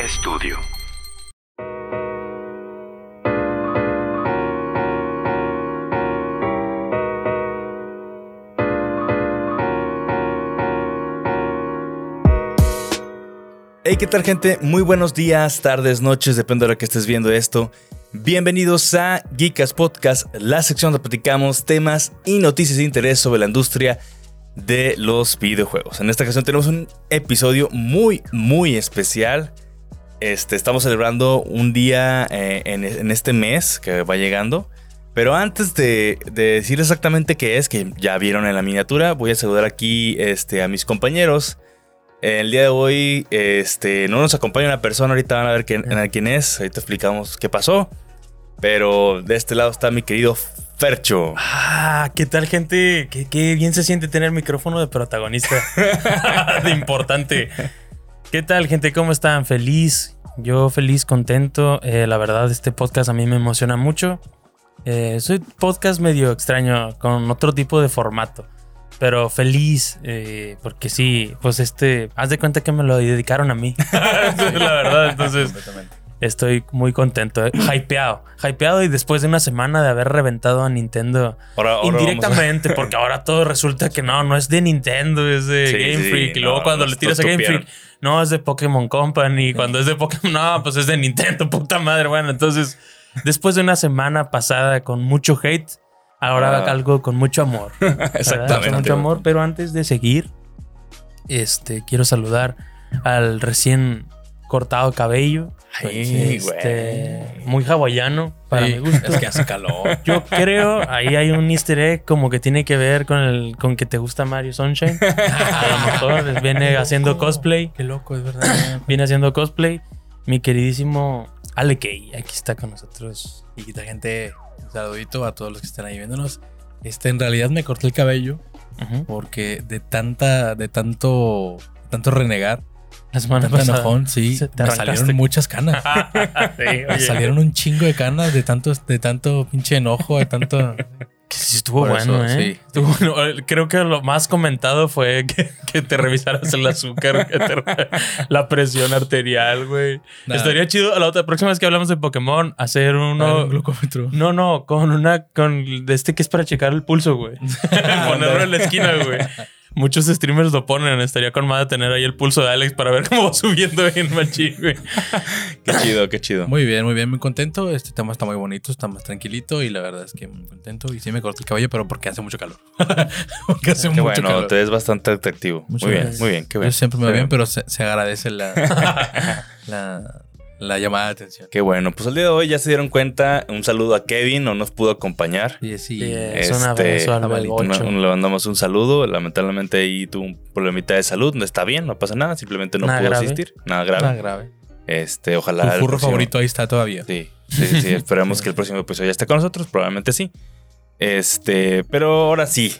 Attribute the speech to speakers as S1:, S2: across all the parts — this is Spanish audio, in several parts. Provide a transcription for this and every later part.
S1: estudio.
S2: Hey, ¿qué tal gente? Muy buenos días, tardes, noches, depende de lo que estés viendo esto. Bienvenidos a Geekas Podcast, la sección donde platicamos temas y noticias de interés sobre la industria de los videojuegos. En esta ocasión tenemos un episodio muy, muy especial. Este, estamos celebrando un día eh, en, en este mes que va llegando. Pero antes de, de decir exactamente qué es, que ya vieron en la miniatura, voy a saludar aquí este, a mis compañeros. El día de hoy este, no nos acompaña una persona, ahorita van a ver quién, a quién es, ahorita explicamos qué pasó. Pero de este lado está mi querido Fercho.
S3: Ah, ¿qué tal, gente? Qué, qué bien se siente tener micrófono de protagonista. de importante. ¿Qué tal, gente? ¿Cómo están? Feliz. Yo feliz, contento. Eh, la verdad, este podcast a mí me emociona mucho. Eh, soy podcast medio extraño, con otro tipo de formato. Pero feliz, eh, porque sí, pues este, haz de cuenta que me lo dedicaron a mí. la verdad, entonces estoy muy contento, eh, hypeado. Hypeado y después de una semana de haber reventado a Nintendo
S2: Ahora, ahora vamos a-
S3: indirectamente, porque ahora todo resulta que no, no es de Nintendo, es de
S2: Sí,
S3: Game
S2: sí,
S3: Freak. y luego
S2: no,
S3: cuando
S2: nos
S3: le tiras a Game
S2: tupieron.
S3: Freak, no, es de Pokémon Company. Cuando es de Pokémon, no, pues es de Nintendo, puta madre. Bueno, entonces, después de una semana pasada con mucho hate, ahora
S2: Ah.
S3: algo con mucho amor. ¿verdad?
S2: Exactamente.
S3: Con mucho amor, pero antes de seguir, este, quiero saludar al recién cortado cabello.
S4: Pues,
S3: Este,
S2: Ay,
S4: este,
S3: muy hawaiano, para mi gusto.
S4: Es que hace calor.
S3: Yo creo, ahí hay un easter egg como que tiene que ver con el con que te gusta Mario Sunshine. A lo mejor viene haciendo cosplay.
S4: Qué loco, es verdad.
S3: Viene haciendo cosplay. Mi queridísimo Ale Key, aquí está con nosotros.
S4: Y quita gente, un saludito a todos los que están ahí viéndonos. Este, en realidad me corté el cabello
S3: Ujú.
S4: porque de tanta, de tanto, tanto renegar,
S3: La semana
S4: tanto
S3: pasada.
S4: enojón, sí,
S3: Se te
S4: me
S3: arrancaste.
S4: salieron muchas canas.
S3: Sí, oye.
S4: Me salieron un chingo de canas de tanto, de tanto pinche enojo, de tanto.
S3: Que sí estuvo
S4: Por
S3: bueno,
S4: eso,
S3: ¿eh?
S4: sí.
S3: Estuvo bueno. Eh, Creo que lo más comentado fue que, que te revisaras el azúcar, que te re- la presión arterial, güey.
S4: Nada.
S3: Estaría chido la otra próxima vez que hablamos de Pokémon hacer
S4: No,
S3: uno
S4: glucómetro.
S3: No, no, con una, con de este que es para checar el pulso, güey. Ponerlo en la esquina, güey. Muchos streamers lo ponen. Estaría con más de tener ahí el pulso de Alex para ver cómo va subiendo bien machín, güey.
S2: Qué chido, qué chido.
S4: Muy bien, muy bien, muy contento. Este tema está muy bonito, está más tranquilito y la verdad es que muy contento. Y sí me corté el cabello, pero porque hace mucho calor. porque hace
S2: Qué
S4: mucho
S2: bueno,
S4: calor.
S2: te ves bastante atractivo.
S4: Muchas
S2: muy bien,
S4: gracias.
S2: muy bien, qué bueno.
S4: Yo siempre me
S2: Qué
S4: veo bien,
S2: bueno.
S4: pero se, se agradece la, la, la llamada de atención.
S2: Qué bueno, pues el día de hoy ya se dieron cuenta, un saludo a Kevin, no nos pudo acompañar.
S4: Y sí,
S3: Yeah.
S4: eh,
S3: Es un abrazo al
S2: una-
S3: Belgocho.
S2: un- le mandamos un saludo, lamentablemente ahí tuvo un problemita de salud, no está bien, no pasa nada, simplemente no
S3: Nada
S2: pudo
S3: grave.
S2: asistir, nada grave.
S4: nada grave.
S2: Este,
S4: Tu
S2: ojalá el
S4: furro
S2: próximo-
S4: favorito ahí está todavía.
S2: Sí, sí, sí, sí, Esperamos que el próximo episodio ya esté con nosotros, probablemente sí. Este, pero ahora sí,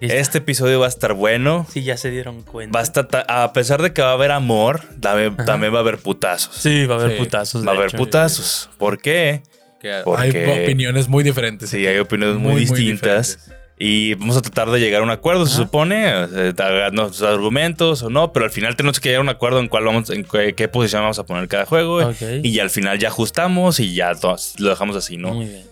S2: este episodio va a estar bueno.
S3: Sí, ya se dieron cuenta.
S2: Va a estar, ta- a pesar de que va a haber amor, también, también va a haber putazos.
S3: Sí, va a haber
S4: Sí.
S3: putazos.
S2: va a
S3: de
S2: haber
S3: hecho.
S2: putazos. ¿Por qué?
S4: Que
S2: Porque-
S4: Hay opiniones muy diferentes.
S2: Sí, hay opiniones muy, distintas.
S4: diferentes.
S2: y vamos a tratar de llegar a un acuerdo, se supone, o sea, dar nuestros argumentos o no, pero al final tenemos que llegar a un acuerdo en cuál vamos, en qué, qué posición vamos a poner cada juego.
S3: Ok.
S2: Y ya al final ya ajustamos y ya to- lo dejamos así, ¿no?
S3: Muy bien.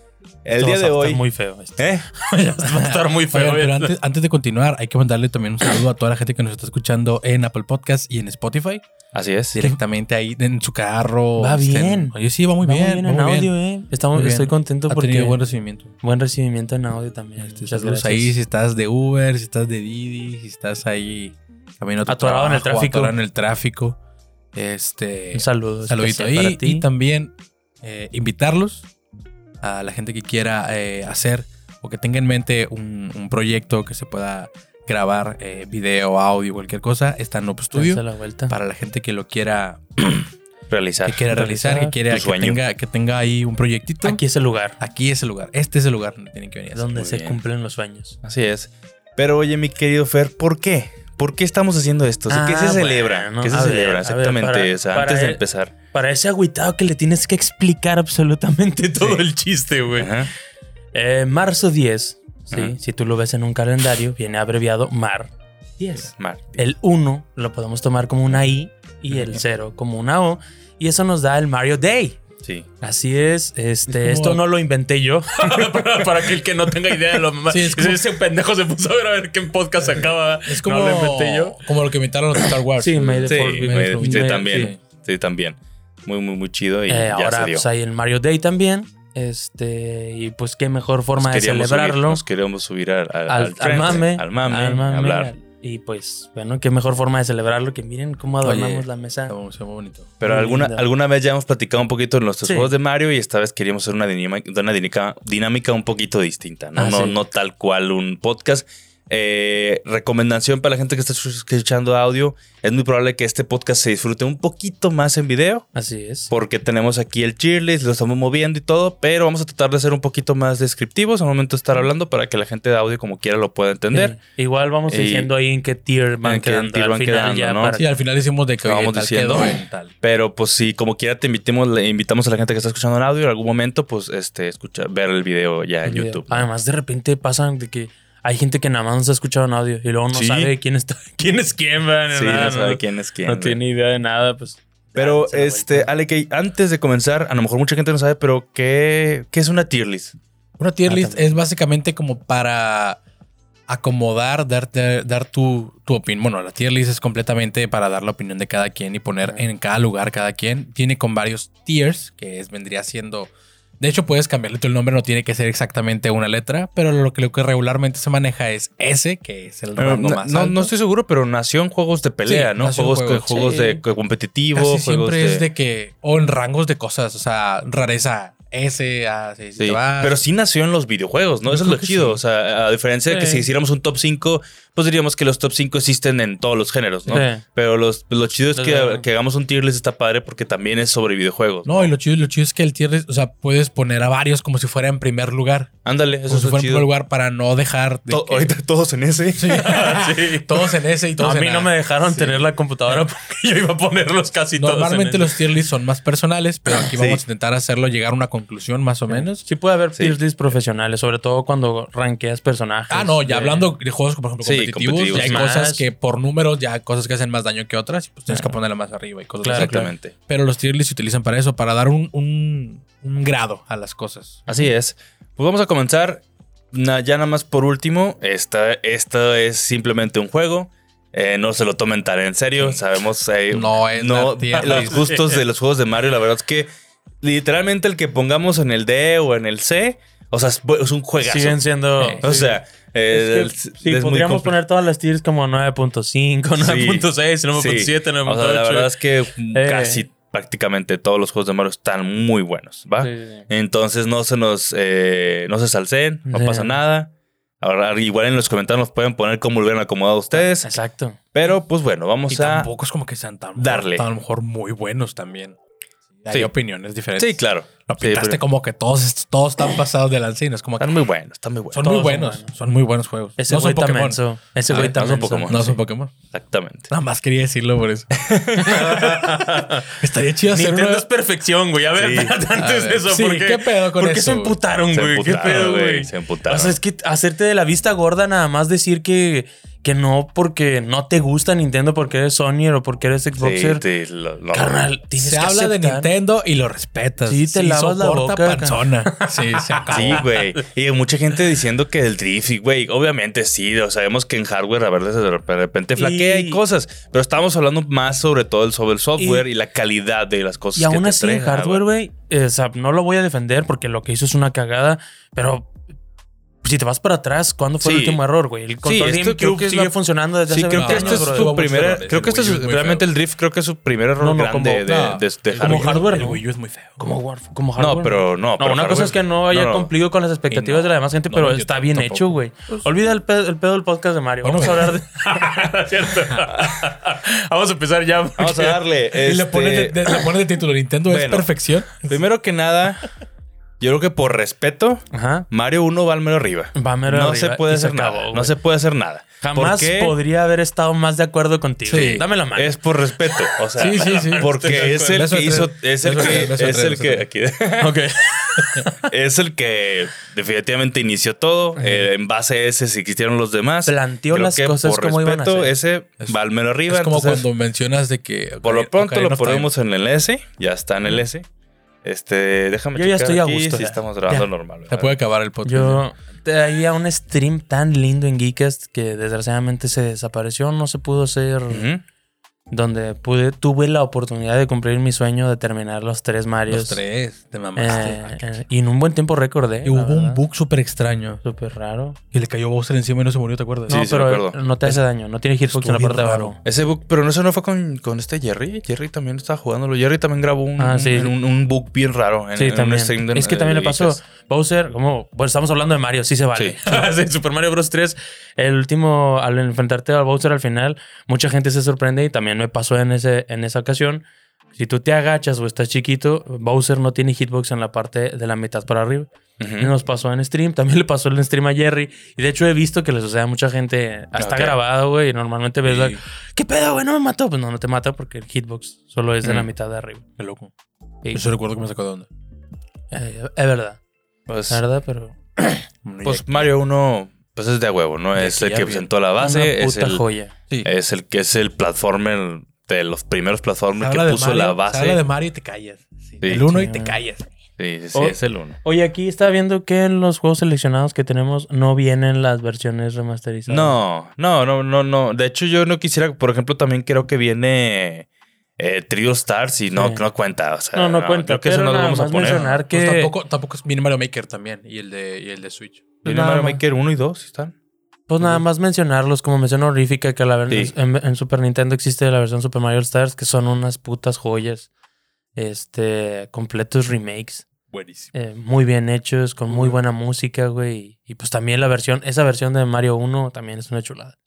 S2: El día
S3: Esto va a
S2: de
S3: estar
S2: hoy.
S3: muy feo. esto.
S2: ¿Eh?
S3: va a estar muy feo.
S4: Oigan, pero
S3: esto.
S4: antes, antes de continuar, hay que mandarle también un saludo a toda la gente que nos está escuchando en Apple Podcast y en Spotify.
S2: Así es.
S4: Directamente ahí en su carro.
S3: Va
S4: este,
S3: bien.
S4: Oye, sí, va muy
S3: Va
S4: bien.
S3: en
S4: va muy bien.
S3: audio, eh. Estamos-
S4: Muy bien.
S3: Estoy contento
S4: Ha
S3: porque
S4: tenido
S3: buen,
S4: buen recibimiento.
S3: recibimiento en audio también.
S4: Este,
S3: Muchas
S4: saludos
S3: gracias.
S4: ahí, si estás de Uber, si estás de Didi, si estás ahí camino a tu
S3: Atorado en el
S4: trabajo,
S3: tráfico.
S4: atorado en el tráfico. Este,
S3: Un saludo.
S4: saludito
S3: especial para
S4: ahí.
S3: ti.
S4: Y también eh, invitarlos a la gente que quiera eh, hacer o que tenga en mente un, un proyecto que se pueda grabar eh, video, audio, cualquier cosa. Está en Nopo
S3: Dense
S4: Studio.
S3: la vuelta.
S4: Para la gente que lo quiera,
S2: Realizar.
S4: que quiera realizar, que
S3: realizar
S4: quiera
S2: tu
S4: que
S2: sueño.
S4: tenga, que tenga ahí un proyectito.
S3: Aquí es el lugar
S4: Aquí es el lugar. Este es el lugar donde tienen que venir. a hacer.
S3: donde
S2: muy
S3: se
S2: bien.
S3: cumplen los sueños.
S2: Así es. Pero oye, mi querido Fer, ¿por qué? ¿Por qué estamos haciendo esto? O sea, ¿Qué
S3: Ah,
S2: se celebra?
S3: bueno,
S2: ¿Qué se
S3: a ver,
S2: celebra?
S3: a ver,
S2: Exactamente.
S3: para-
S2: o sea,
S3: para
S2: antes de
S3: él-
S2: empezar.
S3: Para ese agüitado que le tienes que explicar absolutamente todo el chiste, güey.
S2: Ajá.
S3: Eh, marzo 10, ¿sí?
S2: Ajá.
S3: si tú lo ves en un calendario, viene abreviado MAR 10.
S2: Mar.
S3: El 1 lo podemos tomar como una I y el 0 como una O. Y eso nos da el Mario Day.
S2: Sí.
S3: Así es, este,
S4: Es como-
S3: esto no lo inventé yo. para, para aquel que no tenga idea de lo más.
S4: Sí, es como-
S3: Ese pendejo se puso a ver a ver qué podcast acaba.
S4: Es como,
S3: No lo inventé yo.
S4: como lo que inventaron los de Star Wars.
S3: Sí, May the
S2: Sí,
S3: Fourth be with
S2: me-
S3: you.
S2: sí,
S3: May-
S2: Eh, también.
S3: sí.
S2: Sí, también. Muy, muy, muy chido y
S3: Eh,
S2: ya
S3: ahora
S2: se dio.
S3: pues, hay el Mario Day también. Este, y pues qué mejor forma
S2: Nos
S3: de
S2: queríamos subir-
S3: celebrarlo.
S2: nos queríamos subir al, al-
S3: al,
S2: al trend,
S3: mame,
S2: al mame, hablar.
S3: al- y pues, bueno, qué mejor forma de celebrarlo que miren cómo adornamos
S4: Oye,
S3: la mesa.
S4: Está muy- está muy bonito.
S2: Pero
S3: Muy
S2: alguna,
S3: lindo.
S2: alguna vez ya hemos platicado un poquito de nuestros
S3: Sí.
S2: juegos de Mario y esta vez queríamos hacer una dinámica, una dinámica, dinámica un poquito distinta, ¿no?
S3: Ah,
S2: no,
S3: sí.
S2: no tal cual un podcast. Eh, recomendación para la gente que está escuchando audio, es muy probable que este podcast se disfrute un poquito más en video.
S3: Así es.
S2: porque tenemos aquí el cheer list, lo estamos moviendo y todo, pero vamos a tratar de ser un poquito más descriptivos al momento de estar hablando para que la gente de audio como quiera lo pueda entender.
S3: Sí. Igual vamos
S2: Y-
S3: diciendo ahí en qué tier van
S2: en qué
S3: quedando.
S2: tier
S3: al
S2: van
S3: final
S2: quedando,
S3: ya
S2: ¿no?
S3: para-
S4: Sí, al final hicimos de que
S2: Vamos
S4: oye, tal
S2: diciendo.
S4: quedó en tal.
S2: Pero pues si como quiera te invitemos, le invitamos a la gente que está escuchando en audio en algún momento, pues este, escuchar, ver el video ya en
S3: video. Ah,
S2: YouTube.
S3: Además, de repente pasan de que hay gente que nada más nos ha escuchado en audio y luego no
S2: Sí.
S3: sabe quién está, quién es quién, ¿verdad? Ni
S2: Sí,
S3: nada,
S2: no sabe
S3: no-
S2: quién es quién.
S3: no
S2: güey.
S3: tiene idea de nada, pues.
S2: Pero
S3: se la
S2: este,
S3: vuelta.
S2: Ale, que antes de comenzar, a lo mejor mucha gente no sabe, pero ¿qué, qué es una tier list?
S4: Una tier
S3: Ah,
S4: list
S3: también.
S4: es básicamente como para acomodar, darte, dar tu, tu opinión. Bueno, la tier list es completamente para dar la opinión de cada quien y poner en cada lugar cada quien. Tiene con varios tiers, que es, vendría siendo... De hecho, puedes cambiarle tú el nombre, no tiene que ser exactamente una letra, pero lo que, lo que regularmente se maneja es S, que es el
S2: Pero
S4: rango
S2: Eh, no,
S4: más
S2: no-
S4: alto.
S2: no estoy seguro, pero nació en juegos de pelea,
S4: Sí,
S2: ¿no?
S4: nació en
S2: Juegos, que-
S4: juegos.
S2: juegos
S3: Sí.
S2: de competitivo,
S4: Casi
S2: juegos
S4: siempre
S2: de...
S4: es de que... O en rangos de cosas, o sea, rareza S, A, si
S2: Sí,
S4: te vas.
S2: pero sí nació en los videojuegos, ¿no?
S4: Yo
S2: Eso es
S4: creo
S2: lo
S4: que
S2: chido.
S4: sí.
S2: O sea, a diferencia de que
S3: Sí.
S2: si hiciéramos un top 5, pues diríamos que los top 5 existen en todos los géneros, ¿no?
S3: Sí.
S2: Pero los, lo chido es que,
S3: Desde-
S2: que hagamos un tier list está padre porque también es sobre videojuegos.
S4: No, y lo chido, lo chido es que el tier list, o sea, puedes poner a varios como si fuera en primer lugar.
S2: Ándale, eso
S4: Como
S2: es
S4: si
S2: lo
S4: fuera en primer
S2: chido.
S4: lugar para no dejar de
S2: To-
S4: que-
S2: Ahorita todos en ese.
S4: Sí. todos en ese y todos
S3: a
S4: en
S3: mí
S4: A.
S3: no me dejaron tener la computadora porque yo iba a ponerlos casi todos. en
S4: Normalmente
S3: el-
S4: los tier lists son más personales, pero aquí vamos
S2: Sí.
S4: a intentar hacerlo llegar a una conclusión más o menos.
S3: Sí puede haber
S2: Sí.
S3: tier lists profesionales, sobre todo cuando rankeas personajes.
S4: Ah, no,
S3: de-
S4: ya hablando de juegos, por ejemplo,
S2: Sí,
S4: competitivos,
S2: competitivos.
S4: ya hay
S3: Más.
S4: cosas que por números, ya hay cosas que hacen más daño que otras, y pues tienes que ponerla más arriba y cosas
S3: Claro,
S4: así.
S2: Exactamente.
S4: Pero los tier lists se utilizan para eso, para dar un, un- un grado a las cosas.
S2: Así es. Pues vamos a comenzar. Na- ya nada más por último, esta, esta es simplemente un juego. Eh, no se lo tomen tan en serio.
S4: Sí.
S2: Sabemos. eh,
S4: No es
S2: no,
S4: la tier
S2: los
S4: list.
S2: gustos de los juegos de Mario, la verdad es que literalmente el que pongamos en el D o en el C, o sea, es bu- es un juegazo.
S3: siguen siendo.
S4: Eh,
S2: o sea, eh,
S3: Es que,
S2: el-
S3: sí,
S2: es muy
S3: podríamos
S2: compli-
S3: poner todas las tiers como 9.5, 9.6, 9.7,
S2: Sí. O
S3: 9.8.
S2: sea, la verdad es que
S3: Eh.
S2: casi prácticamente todos los juegos de Mario están muy buenos, ¿va?
S3: Sí, sí, sí.
S2: Entonces no se nos eh, no se salcen, no
S3: Sí.
S2: pasa nada. Ahora igual en los comentarios nos pueden poner cómo lo hubieran acomodado ustedes.
S3: Exacto.
S2: Pero pues bueno,
S4: y
S2: vamos a.
S4: tampoco es como que sean tan,
S2: darle.
S4: tan a lo mejor muy buenos también. Hay
S2: Sí.
S4: opiniones diferentes.
S2: Sí, claro.
S4: Lo
S2: Sí,
S4: pintaste
S2: pero
S4: como que todos, todos están pasados de lanza y no es como que
S2: Están muy buenos, están muy buenos.
S4: son
S3: Ah, todos
S4: muy
S3: son
S4: buenos, son,
S3: buenos.
S4: muy buenos juegos.
S3: Ese
S4: no son
S3: güey tan
S4: Pokémon.
S3: menso. Ese
S4: Ah,
S3: güey
S4: no
S3: tan
S2: son
S3: menso.
S2: Pokémon.
S4: No
S2: Sí.
S4: son Pokémon.
S2: Exactamente.
S4: Nada más quería decirlo por eso. Estaría chido hacer
S3: Nintendo
S4: uno.
S3: es perfección, güey. A ver,
S2: Sí.
S3: espérate,
S4: A
S3: antes
S4: ver.
S3: de eso,
S4: Sí,
S3: ¿por qué,
S4: ¿qué pedo con
S3: ¿por qué
S4: eso,
S3: se
S4: güey?
S3: emputaron,
S2: Se
S3: güey? ¿Qué
S2: emputaron,
S3: pedo,
S2: güey,
S3: güey?
S2: se emputaron.
S3: O sea, es que hacerte de la vista gorda nada más decir que, que no porque no te gusta Nintendo, porque eres Sonyer o porque eres Xboxer.
S2: Sí, sí, lo- lo-
S3: Carnal, tienes
S4: Se
S3: que
S4: habla de
S3: aceptar.
S4: Nintendo y lo respetas.
S3: Sí, te
S4: Sí,
S3: lavas la
S4: soporta
S3: boca,
S4: panzona. Sí, se acabó.
S2: Sí, güey. Y mucha gente diciendo que el drift, y, güey. Obviamente sí, o sabemos que en hardware a veces de repente flaquea y,
S3: Y-
S2: cosas. Pero estamos hablando más sobre todo el- sobre el software y, la calidad de las cosas.
S3: Y
S2: que
S3: aún
S2: te
S3: así, en
S2: entrega,
S3: hardware, güey, eh, o sea, no lo voy a defender porque lo que hizo es una cagada, pero si te vas para atrás, ¿cuándo fue
S2: Sí.
S3: el último error, güey? El
S2: esto
S3: control
S2: creo que
S3: GameCube
S2: es
S3: sigue
S2: la-
S3: funcionando desde
S2: Sí,
S3: hace
S2: creo que
S3: 20
S2: este
S3: años,
S2: es
S4: no,
S3: brother.
S4: tuvo
S2: su
S4: muchos
S2: primera.
S4: errores,
S2: Creo que
S4: el
S2: este es
S4: Wii U es muy
S2: realmente
S4: feo.
S2: el drift, creo que es su primer error
S3: No, no,
S2: grande
S3: como-
S2: de,
S4: no,
S2: de- de
S4: el
S3: Como
S2: hardware.
S3: hardware,
S4: El
S3: ¿no?
S4: Wii U es muy feo.
S3: Como, war- como hardware.
S2: No, pero no.
S3: No,
S2: pero
S3: una cosa
S2: hardware-
S3: es que no haya
S2: no, no.
S3: cumplido con las expectativas
S4: no.
S3: de la demás gente,
S4: No,
S3: pero
S4: yo
S3: está bien
S4: tampoco.
S3: hecho, güey. Olvida el pedo, el pedo del podcast de Mario.
S4: Bueno,
S3: Vamos a hablar de. ¿Cierto? Vamos a empezar ya.
S2: Vamos a
S3: porque-
S2: darle.
S4: Y le
S2: este,
S4: pones de, de- le pones de título: Nintendo es
S2: Bueno.
S4: perfección.
S2: Primero que nada, yo creo que por respeto,
S3: Ajá.
S2: Mario 1 va al mero arriba.
S3: Va mero
S2: no
S3: arriba
S2: se puede
S3: y se
S2: hacer
S3: acabó,
S2: nada. No
S3: güey.
S2: se puede hacer nada. ¿Por
S3: Jamás
S2: qué?
S3: podría haber estado más de acuerdo contigo.
S4: Sí.
S3: Dame la mano.
S2: Es por respeto. O sea,
S4: Sí, sí, sí.
S2: porque
S4: Estoy de
S2: es el
S4: acuerdo.
S2: que
S4: Beso
S2: hizo.
S4: de
S2: Es
S4: tres.
S2: el
S4: Beso de
S2: que.
S4: tres, beso de
S2: Es el
S4: tres,
S2: que.
S4: beso
S2: aquí-
S3: Ok.
S2: es el que definitivamente inició todo. eh, en base a ese, si existieron los demás.
S3: Planteó
S2: Creo
S3: las
S2: que
S3: cosas
S2: por
S3: como iban a
S2: respeto,
S3: ser.
S2: Ese
S4: Es-
S2: va al menos arriba.
S4: es como
S2: entonces,
S4: cuando mencionas de que.
S2: por lo
S4: Ocarina-
S2: pronto
S4: Ocarina
S2: lo
S4: of Time.
S2: ponemos en el S. Ya está en el S. Este, déjame
S3: Yo ya
S2: checar
S3: estoy a
S2: aquí
S3: gusto,
S2: Si
S3: ya.
S2: estamos grabando
S3: Ya.
S2: normal.
S4: Se
S2: ¿verdad?
S4: puede acabar el podcast.
S3: Yo traía un stream tan lindo en Geekast que desgraciadamente se desapareció, no se pudo hacer.
S2: Ujú.
S3: Donde pude, tuve la oportunidad de cumplir mi sueño de terminar los tres Marios.
S4: Los tres, te
S3: Eh,
S4: mamaste.
S3: eh, y en un buen tiempo récord, eh,
S4: Este, Y hubo
S3: la
S4: un
S3: verdad.
S4: bug súper extraño.
S3: Súper raro.
S4: Y le cayó Bowser encima y no se murió, ¿te acuerdas?
S2: Sí,
S3: no,
S2: sí, me
S3: pero
S2: acuerdo.
S3: no te hace daño. No tiene hitbox en
S4: Estuvo
S3: la parte de
S4: bien
S3: abajo.
S4: raro.
S2: Ese book, pero no, eso no fue con, con este Jerry. Jerry también estaba jugándolo. Jerry también grabó un,
S3: Ah, sí.
S2: un, un book bien raro. En,
S3: Sí,
S2: en un
S3: también.
S2: stream de-
S3: es que
S2: de
S3: también le pasó
S2: Geekas.
S3: Bowser, como bueno, estamos hablando de Mario, sí se vale. Sí, Super Mario Bros 3, el último al enfrentarte a Bowser al final, mucha gente se sorprende y también me pasó en ese en esa ocasión. Si tú te agachas o estás chiquito, Bowser no tiene hitbox en la parte de la mitad para arriba.
S2: Ujú.
S3: Y Nos pasó en stream, también le pasó en stream a Jerry. Y de hecho he visto que le sucede a mucha gente, hasta
S2: Ok.
S3: grabado, güey. Y normalmente ves,
S4: Sí,
S3: like, ¿qué pedo, güey? No me mató. Pues no, no te mata porque el hitbox solo es de la
S2: Mm.
S3: mitad de arriba.
S4: Qué loco.
S3: Y-
S4: Eso recuerdo que me sacó de onda.
S3: eh, es verdad,
S2: Pues,
S3: es verdad, pero
S2: pues Mario 1 pues es de a huevo, ¿no?
S4: De
S2: Es
S4: que
S2: el
S4: ya
S2: que
S4: vi-
S2: presentó la base.
S3: una
S2: Es
S3: puta
S2: el,
S3: joya.
S4: sí.
S2: es el que es el platformer de los primeros
S4: Se
S2: platformers
S4: habla
S2: que
S4: de
S2: puso
S4: Mario,
S2: la
S4: se habla de
S2: base.
S4: Mario y te callas.
S2: Sí.
S4: Sí. El uno y
S3: Sí.
S4: te callas.
S2: Sí, sí, sí,
S3: Oh.
S2: es el 1.
S3: Oye, aquí está viendo que en los juegos seleccionados que tenemos no vienen las versiones remasterizadas.
S2: No, no, no, no, no. De hecho, yo no quisiera, por ejemplo, también creo que viene eh, Trio Stars y no,
S3: Sí.
S2: no cuenta. O sea,
S3: No, no cuenta,
S2: Creo que eso
S3: pero
S2: no lo
S3: nada
S2: vamos a
S3: más
S2: poner.
S3: mencionar que
S4: Pues tampoco, tampoco es viene Mario Maker también y el de, y el de Switch.
S2: Viene
S3: nada
S2: Mario
S3: más.
S2: Maker 1 y 2, ¿están?
S3: Pues nada más mencionarlos, como mención honorífica, que la verdad
S2: Sí.
S3: en, en Super Nintendo existe la versión Super Mario Stars, que son unas putas joyas. Este, completos remakes,
S4: Buenísimo.
S3: eh, muy bien hechos, con muy buena música, güey. Y, pues también la versión, esa versión de Mario 1 también es una chulada.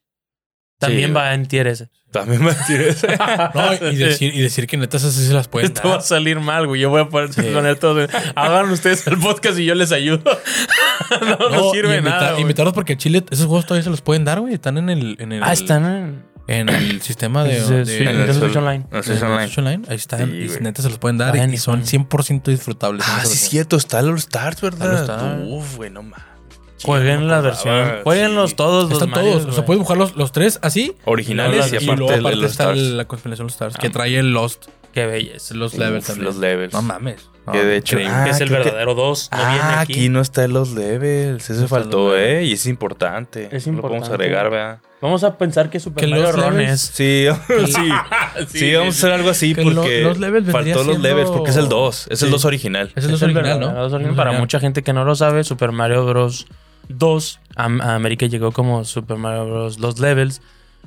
S3: También
S2: güey.
S3: va en tier S.
S2: También me tiré ese.
S4: No,
S3: Ah,
S4: y decir, y decir que neta esas sí se las pueden
S3: Esto va a
S4: dar.
S3: salir mal, güey. Yo voy a poner,
S4: Sí.
S3: poner todo. Hagan ustedes el podcast y yo les ayudo. no, no,
S4: No,
S3: sirve
S4: y invita-
S3: nada. güey.
S4: Invitarlos porque en Chile esos juegos todavía se los pueden dar, güey. Están en el, en el,
S3: Ah, están en,
S4: en el sistema de,
S3: es,
S4: de-
S3: eh, Switch,
S4: de-
S3: Nintendo
S2: el-
S3: Switch Online.
S2: No sé
S4: de-
S2: si online.
S4: Switch Online. Ahí están.
S2: Sí,
S4: y
S2: güey.
S4: neta se los pueden dar
S3: Ay,
S4: y
S3: ni
S4: son
S3: juego.
S4: 100% disfrutables.
S2: Ah,
S4: esas
S2: sí, es
S4: versiones.
S2: cierto, está All Stars, ¿verdad?
S4: All Star.
S2: Uf, güey, no mames.
S3: Jueguen
S4: pues,
S3: la
S2: acordaba,
S3: versión. Jueguenlos
S2: sí.
S3: todos
S4: Están
S3: los Marios,
S4: todos. O sea,
S3: güey.
S4: puedes jugar los, los tres así.
S2: Originales y
S4: y,
S2: aparte
S4: luego
S2: el-
S4: aparte
S2: el All
S4: está
S2: Stars. Ah.
S4: la conspiración Los Stars que trae el Lost.
S3: Qué belleza.
S4: Los
S2: Uf,
S4: levels también.
S2: los levels.
S4: No mames. No,
S2: Que de hecho-
S4: increíble.
S2: Ah,
S3: Que es el
S2: creo que-
S3: verdadero 2. No viene
S2: Ah, aquí.
S3: aquí.
S2: no está en los levels. Eso
S4: No está en los
S2: faltó,
S4: levels.
S2: ¿eh? Y es importante.
S3: Es
S2: Lo podemos
S3: importante.
S2: agregar, ¿verdad?
S3: Vamos a pensar que Super
S4: Que
S3: Mario
S4: los
S3: Run
S4: levels-
S3: es.
S2: Sí, sí.
S3: Sí,
S2: Sí,
S3: sí,
S2: vamos a hacer algo así
S4: Que lo-
S2: porque
S4: los levels vendría
S2: faltó los
S4: siendo-
S2: levels porque es el 2. Es el
S4: Sí.
S2: 2 original.
S4: Ese es el
S3: el
S4: original,
S3: verdadero
S4: ¿no?
S3: dos original. Para mucha gente que no lo sabe, Super Mario Bros. 2 a, a América llegó como Super Mario Bros. Los Levels.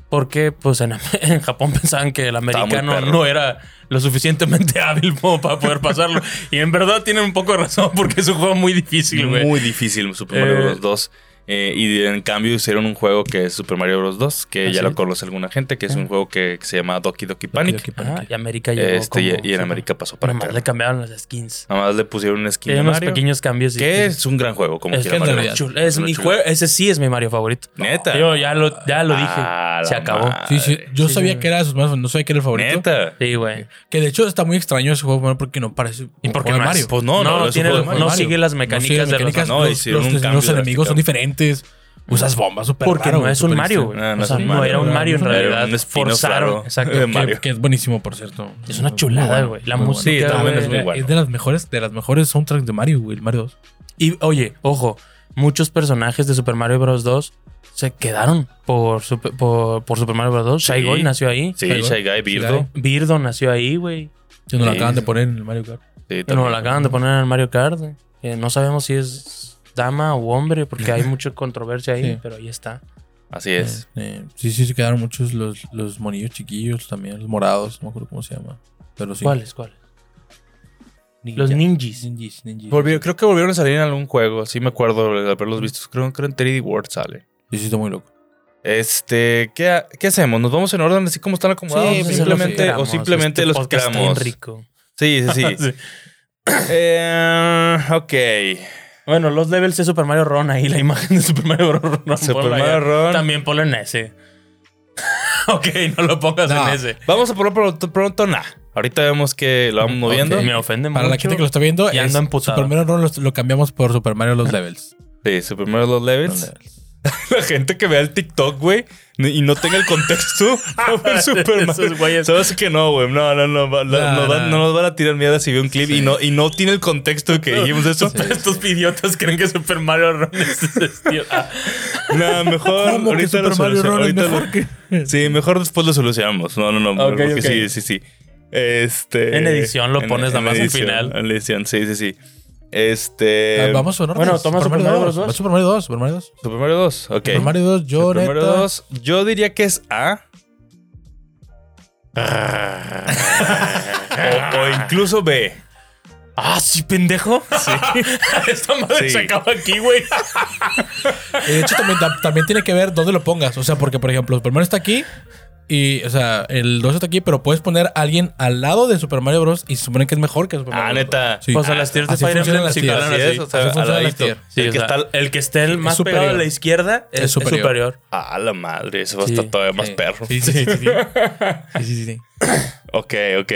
S3: Porque pues en, en Japón pensaban que el
S2: muy
S3: americano
S2: perro.
S3: no era lo suficientemente hábil como para poder pasarlo. y en verdad tienen un poco de razón porque es un juego muy difícil, güey.
S2: Muy difícil Super Mario
S3: Eh,
S2: Bros. 2. Eh, y en cambio hicieron un juego que es Super Mario Bros. 2, que
S3: ¿Ah,
S2: ya
S3: sí?
S2: lo conoce alguna gente, que es un juego que, que se llama Doki Doki Panic. Ah,
S4: Doki Doki
S3: Ajá,
S4: Panic.
S3: y América llegó
S2: este, y-
S3: como
S2: y en
S3: Super-
S2: América pasó para
S3: Nomás
S2: acá.
S3: le cambiaron las skins.
S2: Nada más le pusieron un skin
S3: Tiene
S2: de
S3: unos
S2: Mario.
S3: pequeños cambios. y-
S2: Que es un gran juego, como
S3: Es
S2: quiera
S3: que
S4: en
S2: Mario.
S4: realidad-
S3: chulo. Es
S2: Una
S3: mi
S2: chula.
S3: juego. Ese sí es mi Mario favorito.
S2: Neta.
S3: Yo ya lo, ya lo dije.
S2: Ah,
S3: Se
S2: la
S3: acabó.
S2: madre.
S4: Sí, sí. Yo
S3: Sí,
S4: sabía
S3: sí.
S4: que era de sus más no sabía que era el favorito.
S2: Neta.
S3: Sí, güey.
S4: Que de hecho está muy extraño ese juego bueno, porque no parece.
S3: ¿Y
S4: un
S3: por qué
S4: juego de
S3: no es?
S2: Pues no, no,
S3: No,
S2: no, es un
S3: tiene-
S2: juego de
S4: Mario.
S2: Mario.
S3: no sigue las
S4: No
S3: mecánicas
S4: sigue
S3: de los
S4: mecánicas,
S2: dos. No,
S4: los,
S2: hicieron
S4: los-
S2: un
S4: los
S2: cambio
S4: enemigos
S2: drástico.
S4: son diferentes. Usas bombas súper
S3: Porque
S4: raro,
S3: no
S4: güey,
S3: es un
S4: súper
S3: Mario,
S4: extraño.
S3: güey.
S2: No, no
S3: o
S2: es
S3: sea,
S2: un
S3: no
S2: Mario,
S3: era un
S4: no,
S3: Mario en
S4: no,
S2: era
S3: realidad.
S2: un spin-off
S3: Forzaron.
S2: raro. Em,
S3: Exacto.
S2: De
S3: que-
S2: Mario.
S4: Que es buenísimo, por cierto.
S3: Es una chulada, güey. La música,
S2: Sí, también
S3: güey.
S2: es muy bueno.
S4: de las mejores, de las mejores soundtracks de Mario, güey, el Mario 2.
S3: Y oye, ojo, muchos personajes de Super Mario Bros. 2 se quedaron por Super, por, por Super Mario Bros. 2.
S2: Sí.
S3: Shy Guy nació ahí.
S2: Sí,
S4: Shy Guy.
S2: Shy Guy, Birdo.
S3: Birdo nació ahí, güey.
S4: Que nos lo
S2: Sí.
S4: acaban de poner en el Mario Kart.
S2: Sí,
S3: No,
S2: también.
S3: la acaban de poner en el Mario Kart. güey. Que no sabemos si es dama o hombre, porque hay mucha controversia ahí,
S4: Sí.
S3: pero ahí está.
S2: Así es.
S4: Eh, eh, sí, sí, se quedaron muchos los, los monillos chiquillos también, los morados, no me acuerdo cómo se llama. Pero sí.
S3: ¿Cuáles? ¿Cuáles? Los ninjis.
S4: Ninjas, ninjas.
S2: Volvió- creo que volvieron a salir en algún juego. Sí, me acuerdo de haberlos visto. Creo, creo en 3D World sale.
S4: Sí, sí, está muy loco.
S2: Este, ¿qué, ha- qué hacemos? ¿Nos vamos en orden así como están acomodados?
S4: Sí,
S2: o
S4: pues,
S2: simplemente,
S4: los
S2: o simplemente
S4: Este
S3: Este
S2: los creamos.
S3: rico.
S2: Sí, sí, sí.
S3: Sí.
S2: Eh, ok.
S3: Bueno, los levels de Super Mario Ron ahí, la imagen de Super Mario Ron. Ron,
S2: Super
S3: ponla
S2: Mario
S3: allá.
S2: Ron.
S3: También ponlo en ese. ok, no lo pongas
S4: No.
S3: en ese.
S2: Vamos a poner pronto, pronto na. Ahorita vemos que lo vamos moviendo.
S4: Ok.
S3: Me ofende
S4: Para
S3: mucho.
S4: la gente que lo está viendo,
S3: y
S4: es
S3: ando emputado.
S4: Super Mario Run lo, lo cambiamos por Super Mario Los Levels.
S2: Sí, su primero los levels. La gente que vea el TikTok, güey, n- y no tenga el contexto, va a ver Super
S3: Esos
S2: Mario.
S3: güeyes.
S2: Sabes que no, güey. No, no, no. va- la-
S4: No,
S2: nos van-
S4: no.
S2: no nos van a tirar mierda si ve un clip y, no, y no tiene el contexto que dijimos eso.
S4: Sí.
S3: Estos idiotas creen que Super Mario Run es ese estilo. Ah,
S2: No, mejor
S4: ¿Cómo que
S2: ahorita lo
S4: Super Mario
S2: solucion-
S4: Run es
S2: ahorita lo-
S4: mejor que-
S2: Sí, mejor después lo solucionamos. No, no, no.
S3: Ok,
S2: porque
S3: ok.
S2: Sí, sí, sí. Este.
S3: En edición lo pones nada más al
S2: edición,
S3: final.
S2: En edición, sí, sí, sí. Este.
S4: Ah, Vamos por orden.
S3: Eh, bueno, toma Super Mario Bros.
S4: Va Super Mario 2, Super Mario 2.
S2: Super Mario 2. Ok.
S4: Super Mario 2, yo
S2: Super Mario
S4: neta,
S2: 2. Yo diría que es A. o, o incluso B.
S3: ah, sí, pendejo. Esta madre
S2: Sí.
S3: se acaba aquí, güey.
S4: Y Eh, de hecho, también, tam- también tiene que ver dónde lo pongas. O sea, porque, por ejemplo, Super Mario está aquí. Y, o sea, el 2 está aquí, pero puedes poner a alguien al lado de Super Mario Bros. Y se supone que es mejor que Super
S2: Ah,
S4: Mario Bros.
S2: neta.
S4: Sí.
S3: Pues a las tiers de
S4: Así
S3: Fire
S4: funcionan
S3: Emblem
S4: las
S3: sí
S4: tiers.
S3: jalan
S2: Así
S3: así.
S2: es, o sea,
S4: Así funcionan
S2: al
S4: las
S2: ladito.
S4: tier.
S3: Sí,
S2: el,
S3: o
S2: que
S3: sea,
S2: está, al-
S3: el que esté el más
S4: superior.
S3: pegado a la izquierda es,
S4: Es
S3: es superior.
S4: superior.
S2: A la madre, eso va a
S3: Sí,
S2: estar todavía más
S4: Sí.
S2: perro.
S4: Eh, Sí, sí, sí. sí, sí. Sí, sí, sí, sí.
S2: Ok, ok.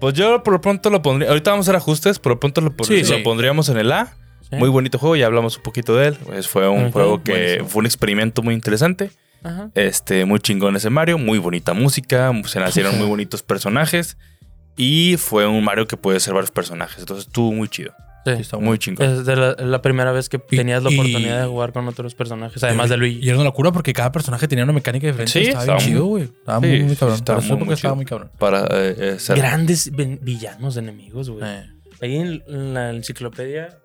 S2: Pues yo por lo pronto lo pondría. Ahorita vamos a hacer ajustes, por lo pronto lo, pon-
S4: Sí,
S2: lo
S4: sí.
S2: pondríamos en el A.
S3: Sí.
S2: Muy bonito juego, ya hablamos un poquito de él. Pues fue un
S3: Ujú,
S2: juego que
S4: buenísimo.
S2: fue un experimento muy interesante.
S3: Ajá.
S2: Este, muy chingón ese Mario, muy bonita música, se nacieron muy bonitos personajes. Y fue un Mario que puede ser varios personajes. Entonces estuvo muy chido.
S3: Sí.
S4: Está
S2: Muy chingón.
S3: Es de la, la primera vez que
S4: Y-
S3: tenías la
S4: y-
S3: oportunidad de jugar con otros personajes, además de
S4: Y
S3: Luigi.
S4: era una locura porque cada personaje tenía una mecánica diferente.
S2: Sí,
S4: estaba
S2: estaba
S4: bien
S2: muy-
S4: chido, güey. Estaba
S2: sí,
S4: muy,
S2: sí,
S4: muy cabrón.
S2: estaba
S4: Para su
S2: muy, muy
S4: época estaba
S2: chido.
S4: muy cabrón.
S2: Para eh, eh, ser-
S3: Grandes ven- villanos enemigos, güey.
S4: Eh.
S3: Ahí en la enciclopedia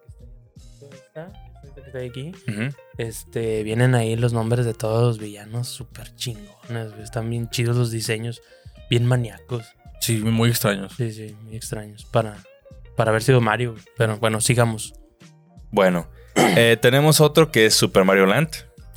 S3: esta, esta que está aquí,
S2: Ujú.
S3: este, vienen ahí los nombres de todos los villanos súper chingones, güey. Están bien chidos los diseños, bien maníacos.
S4: Sí, muy extraños.
S3: Sí, sí, muy extraños. Para, para haber sido Mario, güey. Pero bueno, sigamos.
S2: Bueno, eh, tenemos otro que es Super Mario Land.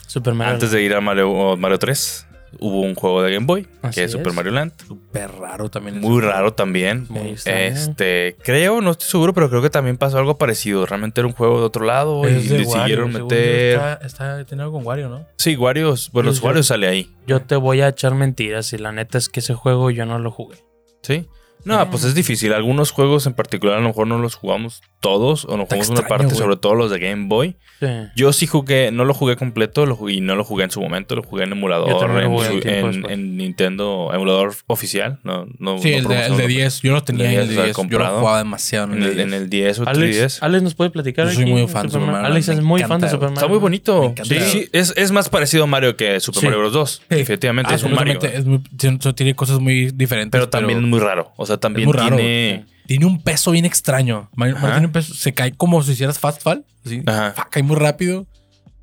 S3: Super Mario.
S2: Antes de ir a Mario, o Mario 3, hubo un juego de Game Boy
S3: Así
S2: que es Super
S3: es.
S2: Mario Land.
S4: Súper raro también.
S2: Muy raro también.
S3: Muy
S4: Eh,
S3: extraño.
S2: Este, creo, no estoy seguro, pero creo que también pasó algo parecido. Realmente era un juego de otro lado y
S4: Pues Es de
S2: decidieron
S4: Wario, según yo,
S2: meter.
S4: Está, está, tiene algo con Wario, ¿no?
S2: Sí, Wario's. Bueno,
S3: Pues
S2: los
S3: yo-
S2: Wario's sale ahí.
S3: Yo te voy a echar mentiras y la neta es que ese juego yo no lo jugué.
S2: Sí. No, pues es difícil. Algunos juegos en particular a lo mejor no los jugamos todos o no
S4: Está
S2: jugamos una
S4: extraño,
S2: parte,
S4: güey.
S2: sobre todo los de Game Boy.
S3: Sí.
S2: Yo sí jugué, no lo jugué completo lo jugué, y no lo jugué en su momento, lo jugué en
S3: Yo
S2: emulador,
S3: también lo
S2: en,
S3: jugué
S2: su-
S3: un tiempo
S2: en-
S3: después.
S2: en Nintendo, emulador oficial. No, no,
S4: Sí,
S2: no
S4: el, de, el
S2: promociono.
S4: de 10. Yo lo tenía
S2: de
S4: en el
S2: 10, o sea,
S4: 10. Yo lo
S2: comprado.
S4: jugaba demasiado
S2: En
S4: en
S2: el, en el 10 o 3DS.
S3: Alex, Alex nos puede platicar.
S4: Yo soy
S3: aquí
S4: muy
S3: de
S4: fan de
S3: Super
S4: Super
S3: Mario.
S4: Mario,
S3: Alex
S4: me
S3: es muy fan de
S4: encanta.
S3: Super Mario.
S2: Está muy
S4: Me
S2: bonito.
S4: encanta.
S2: Sí, sí, es, es más parecido a Mario que Super
S3: Sí.
S2: Mario Bros. 2.
S4: Sí.
S2: Definitivamente
S4: Ah,
S2: es un Mario.
S4: completamente, es muy- tiene- so- tiene cosas muy diferentes.
S2: Pero también es muy raro. O sea, también
S4: muy raro,
S2: tiene.
S4: Tiene un peso bien extraño. Mario, Mario
S2: Ajá.
S4: tiene un peso. Se cae como si hicieras fast fall. así.
S2: Ajá.
S4: Fa, Cae muy rápido.